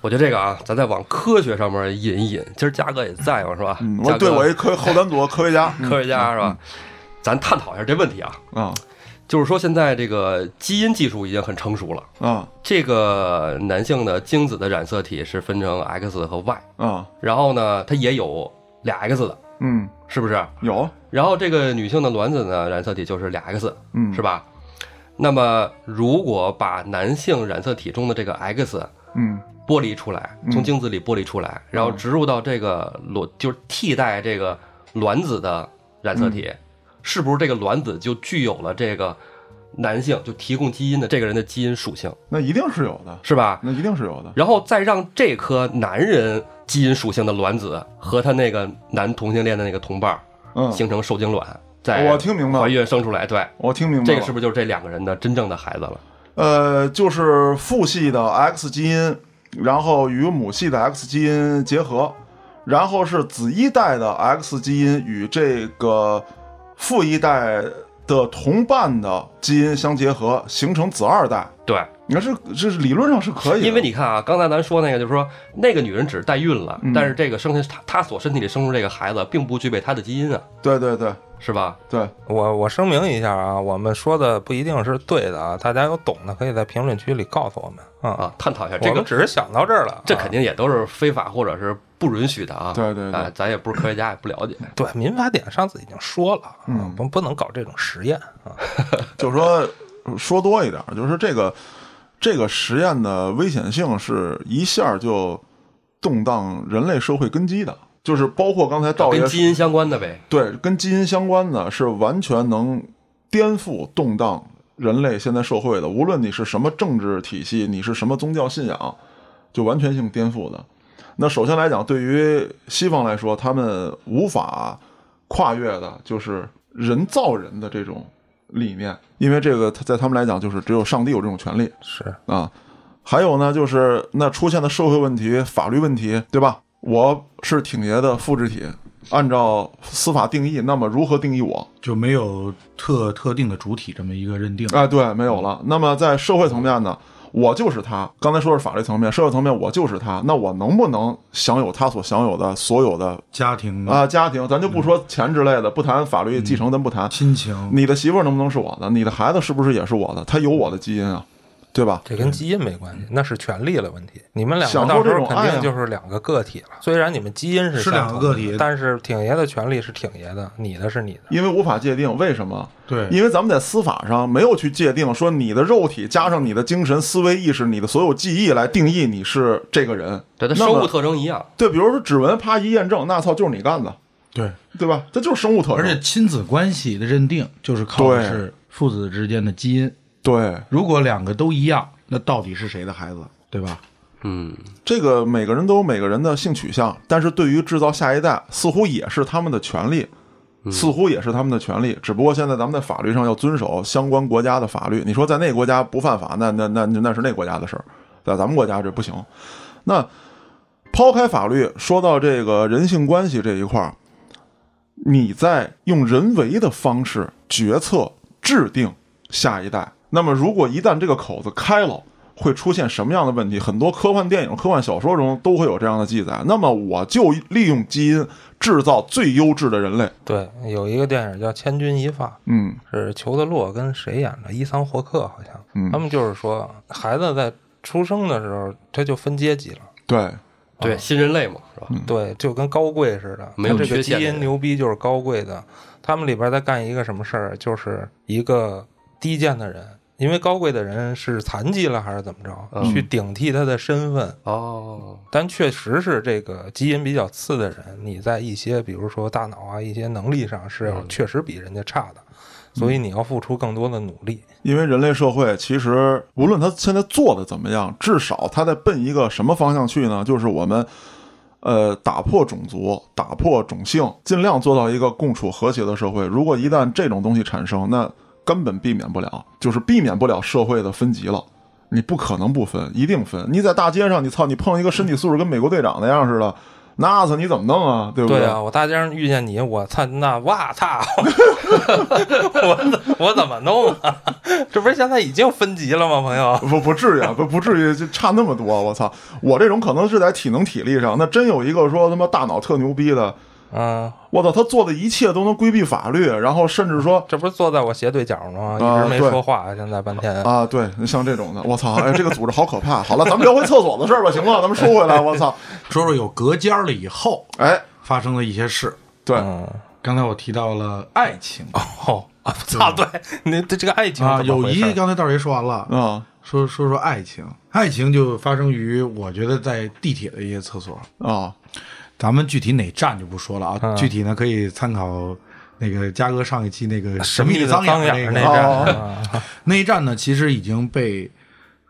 我觉得这个啊，咱再往科学上面引一引。今儿嘉哥也在嘛，是吧？嗯，嘉我哥对我一科后端组科学家，嗯 科学家是吧？咱探讨一下这问题啊，啊就是说现在这个基因技术已经很成熟了。啊这个男性的精子的染色体是分成 X 和 Y，啊，然后呢，它也有俩 X 的，嗯，是不是？有，然后这个女性的卵子呢，染色体就是俩 X，嗯，是吧？那么如果把男性染色体中的这个 X 嗯剥离出来，从精子里剥离出来，然后植入到这个卵，就是替代这个卵子的染色体，是不是这个卵子就具有了这个男性就提供基因的这个人的基因属性，那一定是有的，是吧？那一定是有的。然后再让这颗男人基因属性的卵子和他那个男同性恋的那个同伴儿嗯，形成受精卵，再我听明白了怀孕生出来。对，我听明白这了。个是不是就是这两个人的真正的孩子了？呃，就是父系的 X 基因，然后与母系的 X 基因结合，然后是子一代的 X 基因与这个父一代的同伴的基因相结合，形成子二代。对，你看是这是理论上是可以的，因为你看啊，刚才咱说那个，就是说那个女人只是代孕嗯了，但是这个生她她所身体里生出这个孩子，并不具备她的基因啊，对对对是吧？对，我我声明一下啊，我们说的不一定是对的啊，大家有懂的可以在评论区里告诉我们啊。啊，探讨一下我这们个，只是想到这儿了，这啊肯定也都是非法或者是不允许的啊。对对对啊咱也不是科学家，也不了解。啊对民法典上次已经说了，啊，不不能搞这种实验啊。就是说说多一点，就是这个这个实验的危险性是一下就动荡人类社会根基的，哦就是包括刚才道爷跟基因相关的呗，对跟基因相关的，是完全能颠覆动荡人类现在社会的，无论你是什么政治体系，你是什么宗教信仰，就完全性颠覆的。那首先来讲，对于西方来说，他们无法跨越的就是人造人的这种理念，因为这个他在他们来讲，就是只有上帝有这种权利是啊。还有呢，就是那出现的社会问题、法律问题，对吧？我是挺爷的复制体，按照司法定义，那么如何定义我？就没有特特定的主体这么一个认定。哎，对，没有了。那么在社会层面呢，我就是他。刚才说是法律层面，社会层面我就是他。那我能不能享有他所享有的所有的家庭啊，家庭，咱就不说钱之类的，不谈法律继承，咱不谈。亲情，你的媳妇儿能不能是我的？你的孩子是不是也是我的？他有我的基因啊，对吧？这跟基因没关系，那是权利的问题。你们两享个受到时这候种肯爱定啊就是两个个体了。虽然你们基因是是相两个同个的体但是挺爷的权利是挺爷的，你的是你的。因为无法界定，为什么？对因为咱们在司法上没有去界定说你的肉体加上你的精神、思维、意识、你的所有记忆来定义你是这个人。对，它那生么物特征一样，对，比如说指纹，啪一验证，那操就是你干的，对，对吧？这就是生物特征。而且亲子关系的认定就是靠的对是父子之间的基因。对如果两个都一样，那到底是谁的孩子，对吧？嗯，这个每个人都有每个人的性取向，但是对于制造下一代，似乎也是他们的权利，似乎也是他们的权利。只不过现在咱们在法律上要遵守相关国家的法律。你说在那个国家不犯法，那那那那是那国家的事儿，在咱们国家这不行。那抛开法律，说到这个人性关系这一块儿，你在用人为的方式决策制定下一代。那么，如果一旦这个口子开了，会出现什么样的问题？很多科幻电影、科幻小说中都会有这样的记载。那么，我就利用基因制造最优质的人类。对，有一个电影叫《千钧一发》，嗯，是裘德洛跟谁演的？伊桑霍克好像。嗯他们就是说，孩子在出生的时候他就分阶级了，对，哦对，新人类嘛，是吧？对，就跟高贵似的，没有他这缺个基陷的因牛逼就是高贵的。他们里边在干一个什么事儿？就是一个低贱的人，因为高贵的人是残疾了还是怎么着，嗯去顶替他的身份，哦，但确实是这个基因比较次的人，你在一些比如说大脑啊一些能力上是嗯要确实比人家差的，所以你要付出更多的努力。因为人类社会其实无论他现在做的怎么样，至少他在奔一个什么方向去呢？就是我们。呃，打破种族，打破种姓，尽量做到一个共处和谐的社会。如果一旦这种东西产生，那根本避免不了，就是避免不了社会的分级了。你不可能不分，一定分。你在大街上，你操，你碰一个身体素质跟美国队长那样似的，那次你怎么弄啊？对不对啊，我大街上遇见你，我操，那哇操，我怎我怎么弄啊？这不是现在已经分级了吗，朋友？不不至于啊，不不至于就差那么多。我操，我这种可能是在体能体力上，那真有一个说他妈大脑特牛逼的，嗯，我操，他做的一切都能规避法律，然后甚至说这不是坐在我斜对角啊吗？一直没对说话，现在半天。啊，对，像这种的，我操，哎，这个组织好可怕。好了，咱们聊回厕所的事儿吧，行吗？咱们说回来，我操，说说有隔间了以后哎，发生的一些事。对，嗯，刚才我提到了爱情哦，啊操，嗯对，你这这个爱情啊，怎么友回事谊刚才道爷说完了，啊说说说爱情，爱情就发生于我觉得在地铁的一些厕所，啊，咱们具体哪站就不说了啊，嗯具体呢可以参考那个嘉哥上一期那个啊神秘秘的的脏脏眼眼儿儿那那个个站哦啊。 那一站呢，其实已经被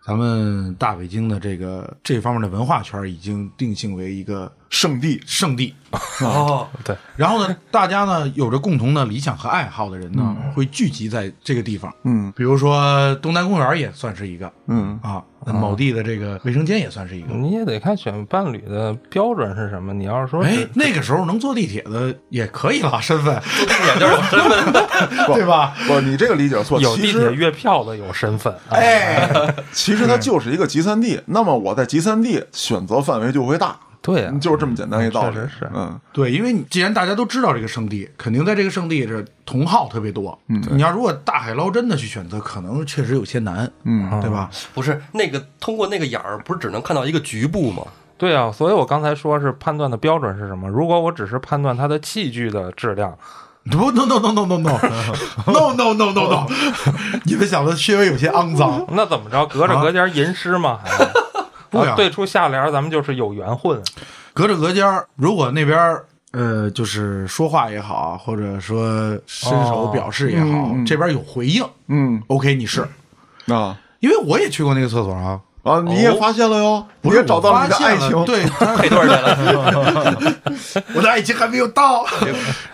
咱们大北京的这个这方面的文化圈已经定性为一个圣地，圣地。哦，对，然后呢，大家呢有着共同的理想和爱好的人呢，嗯会聚集在这个地方。嗯比如说东南公园也算是一个嗯，啊，某地的这个卫生间也算是一个。嗯你也得看选伴侣的标准是什么。你要是说哎只，那个时候能坐地铁的也可以了，身份也就是我身份的 对吧？不，你这个理解错，有其地铁实。月票的有身份，啊 哎，其实它就是一个集散地。那么我在集散地选择范围就会大，对啊呀、就是这么简单一道理。嗯确实是嗯，对，因为你既然大家都知道这个圣地，肯定在这个圣地这同好特别多。嗯，你要如果大海捞针的去选择，可能确实有些难，嗯，对吧？不是那个通过那个眼儿，不是只能看到一个局部吗？对啊，所以我刚才说是判断的标准是什么？如果我只是判断它的器具的质量， 不，no no no no no no no no no no no，你们想的稍微有些肮脏。 那怎么着？隔着隔间吟诗嘛，还对啊对出下联，咱们就是有缘混。隔着隔间儿，如果那边儿呃，就是说话也好，或者说伸手表示也好，这边有回应、嗯 o k 你是，啊因为我也去过那个厕所啊，啊，你也发现了哟，不你是也找到我了发你的现爱情。 对，配对儿去了， 我的爱情还没有 到，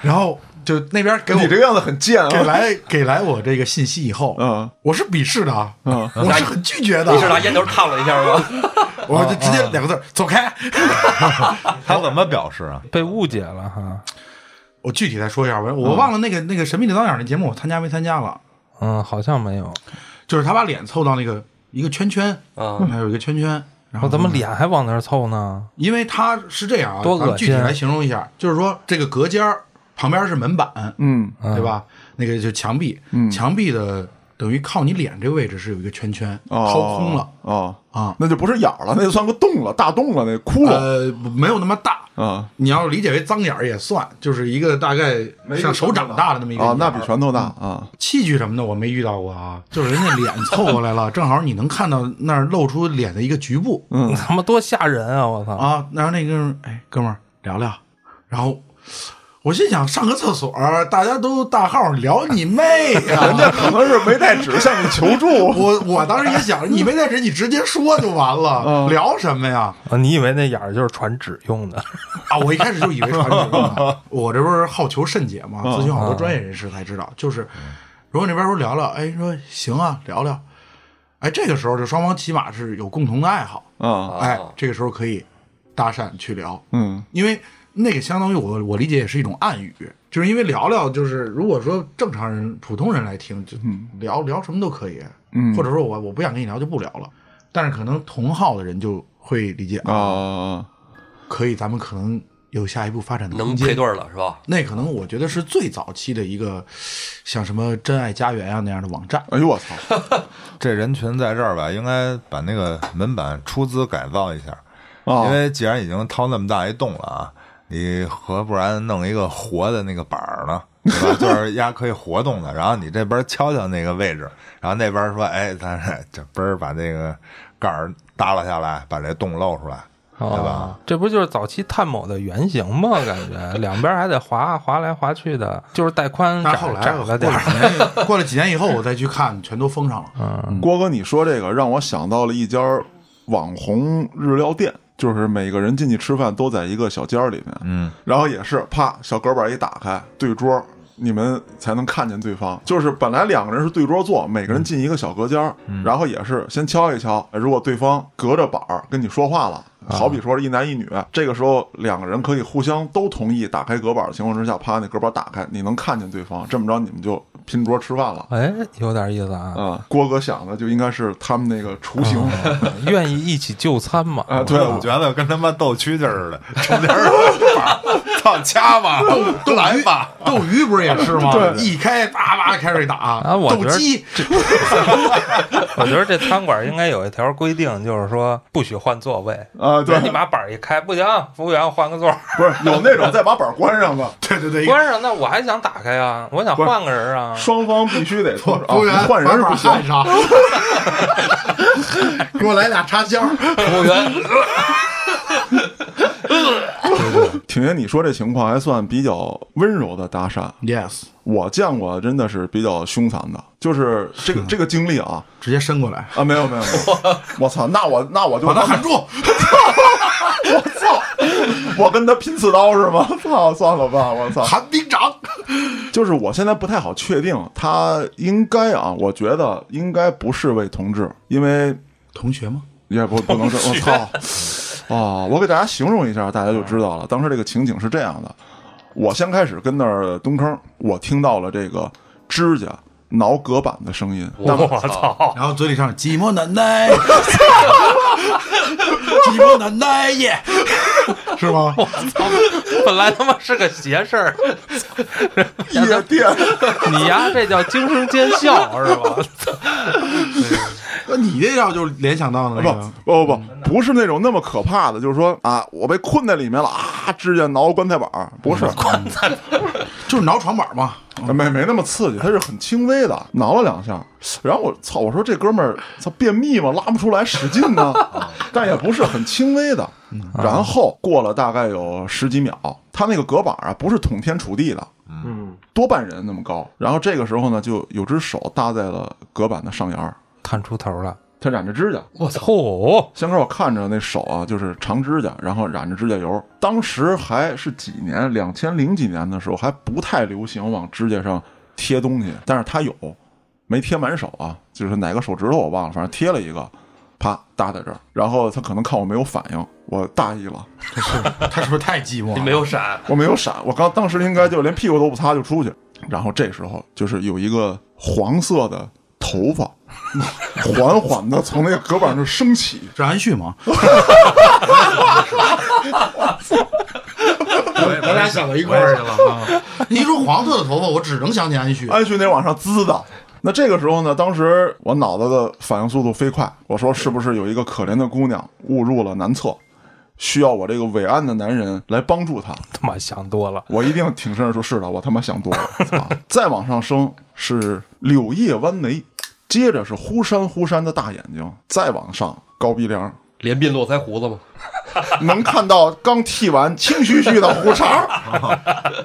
然后就那边给我你这个样子很贱给啊！来给来我这个信息以后，嗯我是鄙视的啊，嗯我是很拒绝的 你，是拿烟头烫了一下吗？我就直接两个字儿走开。他怎么表示啊？被误解了哈。我具体再说一下吧，我忘了那个那个神秘的导演那节目我参加没参加了，嗯，好像没有。就是他把脸凑到那个一个圈圈，嗯还有一个圈圈，然然后后哦咱们脸还往那儿凑呢。因为他是这样啊，多恶咱们具体心啊来形容一下，就是说这个隔间儿旁边是门板，嗯对吧？那个就墙壁，墙壁的等于靠你脸这个位置是有一个圈圈，哦掏空了哦啊那就不是眼儿了，那就算个洞了，大洞了，那窟窿呃，没有那么大。啊你要理解为脏眼儿也算，就是一个大概像手掌大的哦那么一个啊，那眼儿嗯比拳头大啊！器具什么的我没遇到过啊， 就是人家脸凑过 来了，正好你能看到那儿露出脸的一个局部嗯，他妈多吓人啊！我操，啊，然后那个哎哥们儿聊聊，然后我心想上个厕所，大家都大号聊你妹呀、 人家可能是没带纸向你求 助。我我当时也想，你没带纸，你直接说就完了，嗯聊什么呀？啊你以为那眼儿就是传纸用的？ 啊，我一开始就以为传纸呢，我这不是好求甚解嘛，咨询好多专业人士才知道，就是如果那边说聊聊，哎，说行啊，聊聊，哎，这个时候这双方起码是有共同的爱好，啊，哎，这个时候可以搭讪去聊，嗯，因为那个相当于我我理解也是一种暗语，就是因为聊聊就是如果说正常人普通人来听，就聊聊什么都可以，嗯，或者说我我不想跟你聊就不聊了，但是可能同号的人就会理解啊啊可以，咱们可能有下一步发展的 能空间。配对儿了是吧？那可能我觉得是最早期的一个，像什么真爱家园啊那样的网站。哎呦我 操！这人群在这儿吧，应该把那个门板出资改造一下，啊因为既然已经掏那么大一洞了啊，你何不然弄一个活的那个板儿呢？ 对吧？就是压可以活动的，然后你这边敲敲那个位置，然后那边说：“哎，咱这嘣儿把这个盖儿耷拉下来，把这洞露出来，对吧？”啊，这不就是早期探某的原型吗？感觉两边还得滑滑来滑去的，就是带宽但窄是后来窄我了过点了儿。几年，过了几年以后我再去看，全都封上了。郭哥，你说这个让我想到了一家网红日料店，就是每个人进去吃饭都在一个小间儿里面，嗯，然后也是啪小隔板一打开，对桌。你们才能看见对方，就是本来两个人是对桌坐，每个人进一个小隔间儿，然后也是先敲一敲，哎如果对方隔着板儿跟你说话了，好比说是一男一女，这个时候两个人可以互相都同意打开隔板的情况之下，啪那隔板打开，你能看见对方，这么着你们就拼桌吃饭了。哎，有点意思啊！啊，郭哥想的就应该是他们那个雏形愿意一起就餐嘛？啊，对，对，我觉得跟他妈斗蛐蛐儿似的，中 间儿板儿操掐吧，来吧，斗鱼不是也是吗？对一开叭叭开始打啊我斗觉得鸡我觉得这餐馆应该有一条规定，就是说不许换座位。 啊，对人，你把板儿一开，不行，服务员换个座儿，不是有那种再把板儿关上 的，对对对，关上。那我还想打开啊，我想换个人啊。双方必须得服同服务员啊，换人是不行按上，给我来俩插销。服务员，的。挺爷，你说这情况还算比较温柔的搭讪， Yes，我见过真的是比较凶残的，就是这个这个经历啊直接伸过来， 啊，没有没有，没有我操，那我那我就把他喊住。 我操，我跟他拼刺刀是吗？ 操，算了吧，我操！韩兵长，就是我现在不太好确定，他应该啊，我觉得应该不是位同志，因为同学吗？也不不能这， 我操！啊，我给大家形容一下，大家就知道了。当时这个情景是这样的：我先开始跟那儿蹲坑，我听到了这个指甲挠隔板的声音，那么我操！然后嘴里唱寂寞难耐， 寂寞难耐耶，是吗？本来他妈是个邪 事儿，夜 店，你呀这叫精神奸笑是吧？那你这要就联想到了那个，不不不，不是那种那么可怕的，就是说啊，我被困在里面了啊，指甲挠 棺材板儿，不是，就是挠床板嘛。啊没没那么刺激，它是很轻微的，挠了两下，然后我操，我说这哥们儿操便秘吗？拉不出来，使劲呢， 但也不是很轻微的。然后过了大概有十几秒，他那个隔板啊，不是捅天触地的，嗯，多半人那么高。然后这个时候呢，就有只手搭在了隔板的上沿儿，看出头了，他染着指甲，我操！先开始我看着那手啊，就是长指甲，然后染着指甲油。当时还是几年，两千零几年的时候，还不太流行往指甲上贴东西，但是他有，没贴满手啊，就是哪个手指头我忘了，反正贴了一个，啪搭在这儿。然后他可能看我没有反应，我大意了，他是不是太寂寞你没有闪，我没有闪，我刚当时应该就连屁股都不擦就出去。然后这时候就是有一个黄色的头发， 缓缓的从那个隔板上升起，是安旭吗？我俩想到一我块也儿是去了。啊了。嗯你一说黄色的头发，我只能想起安 旭。安旭那往上滋的。那这个时候呢，当时我脑子的反应速度飞快，我说是不是有一个可怜的姑娘误入了男厕，需要我这个伟岸的男人来帮助她？他妈想多了，我一定挺身而出，是的，我他妈想多了。操再往上升是柳叶弯眉，接着是忽闪忽闪的大眼睛，再往上高鼻梁， 连鬓络腮胡子吗？能看到刚剃完青须须的胡茬儿。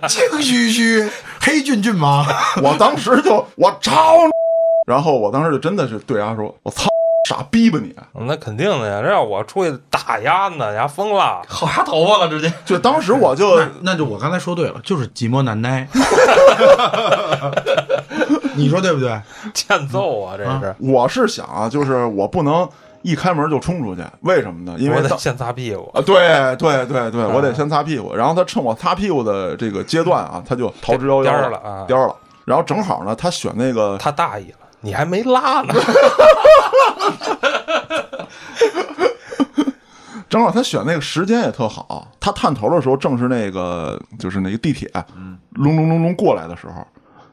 青须须，黑俊俊吗？我当时就我操，然后我当时就真的是对他说：“我操，傻逼吧你！”那肯定的呀，这要我出去打鸭呢，鸭疯了。薅啥头发了，直接就当时我 就那那就我刚才说对了，就是寂寞难 耐。你说对不对？欠揍啊！这是，我是想嗯啊，就是我不能一开门就冲出去，为什么呢？因为我得当先擦屁股。啊，对对对对，我得先擦屁股。然后他趁我擦屁股的这个阶段啊，他就逃之夭颠夭儿了啊颠儿了。然后正好呢，他选那个他大意了，你还没 拉呢。正好他选那个时间也特好，他探头的时候正是那个就是那个地铁，嗯隆隆隆隆过来的时候，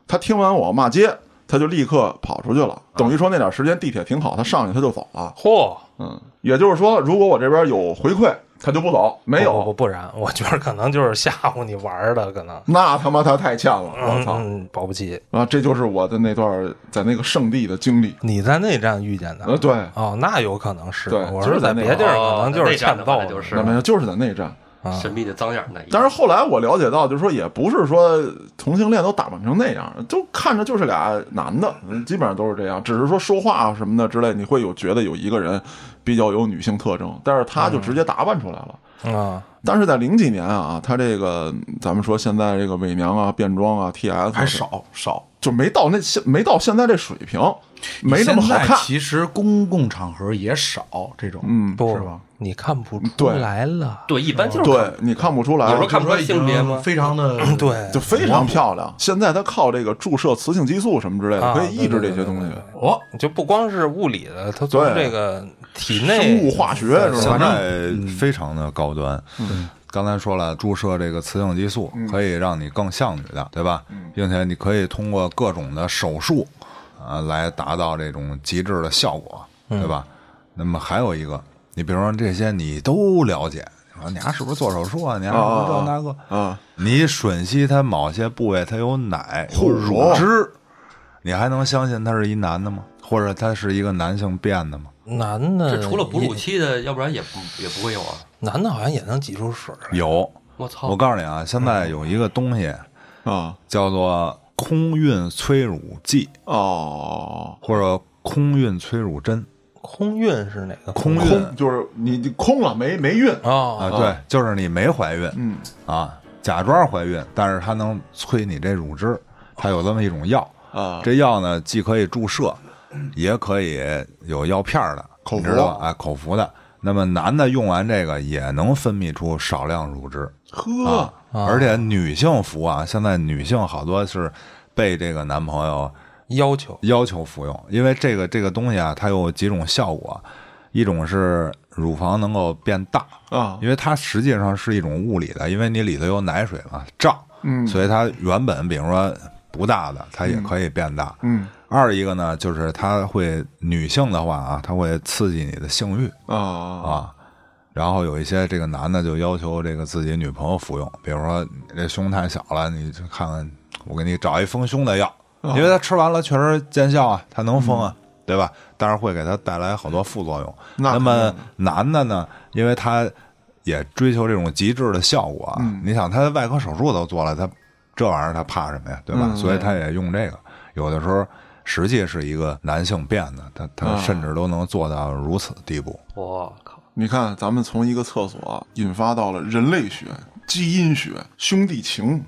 他听完我骂街，他就立刻跑出去了。等于说那点时间地铁挺好，他上去他就走了。嚯，嗯，也就是说，如果我这边有回馈，他就不走；没不有不，不然，我觉得可能就是吓唬你玩儿的，可能。那他妈他太欠了，我嗯操！嗯，保不齐啊，这就是我的那段在那个圣地的经历。你在那站遇见的。呃，对，哦，那有可能是。对我就是是在在那别地儿个可能就是欠哦那站的话揍，那就是那啊没有，就是在那一站。神秘的脏眼儿那一但是后来我了解到，就是说也不是说同性恋都打扮成那样，就看着就是俩男的，嗯基本上都是这样。只是说说话啊什么的之类，你会有觉得有一个人比较有女性特征，但是他就直接打扮出来了。嗯但是在零几年啊，他这个咱们说现在这个伪娘啊、变装啊、T S 还少少，就没到那现没到现在这水平，没那么好现在看。其实公共场合也少这种，嗯，不是吧？你看不出对来了。 对，一般就是对你看不出来有时候了，看不出来性别吗非常的嗯对就，非常漂亮。现在它靠这个注射雌性激素什么之类的，啊可以抑制这些对对对东西。哦，就不光是物理的，它从对这个体生内物化学是吧现在非常的高端。刚才说了，注射这个雌性激素可以让你更像女的，对吧？并且你可以通过各种的手术，啊，来达到这种极致的效果，对吧？那么还有一个，你比如说这些你都了解，你说你丫是不是做手术啊？你丫是不是这那个？啊，你吮吸它某些部位，它有奶有乳汁，你还能相信它是一男的吗？或者它是一个男性变的吗？男的这除了哺乳也，期的，要不然也不也不会有啊。男的好像也能挤出水儿。有，我操！我告诉你啊，现在有一个东西啊叫做空运催乳剂哦，或者空运催乳针，空运是哪个空运空就是你你空了没没孕，啊，哦，对，就是你没怀孕，嗯，啊，假装怀孕，但是它能催你这乳汁，它有这么一种药啊这药呢，既可以注射，也可以有药片儿的，口你服知道吧哎，口服的。那么男的用完这个也能分泌出少量乳汁呵啊，，而且女性服啊，现在女性好多是被这个男朋友要求要求服用，因为这个这个东西啊，它有几种效果，一种是乳房能够变大，啊因为它实际上是一种物理的，因为你里头有奶水嘛，胀，嗯所以它原本比如说不大的，它也可以变大。嗯二一个呢，就是它会女性的话啊，它会刺激你的性欲啊啊啊。然后有一些这个男的就要求这个自己女朋友服用，比如说你这胸太小了，你就看看我给你找一丰胸的药，哦因为它吃完了确实见效啊，它能丰啊，对吧？但是会给它带来好多副作用。嗯那那肯定么男的呢，因为他也追求这种极致的效果啊，嗯你想他外科手术都做了，他这玩意儿他怕什么呀，对吧？嗯所以他也用这个，有的时候实际是一个男性变的，他啊他甚至都能做到如此地步。我靠，你看，咱们从一个厕所引发到了人类学、基因学、兄弟 情、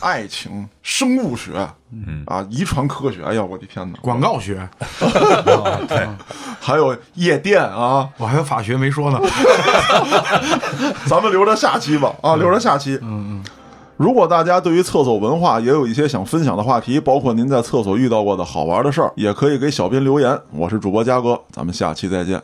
爱情、生物学，嗯啊，遗传科学，哎呀，我的天哪！广告学，还有夜店啊，我还有法学没说呢。咱们留着下期吧，啊，留着下期。嗯嗯。如果大家对于厕所文化也有一些想分享的话题，包括您在厕所遇到过的好玩的事儿，也可以给小编留言。我是主播嘉哥，咱们下期再见。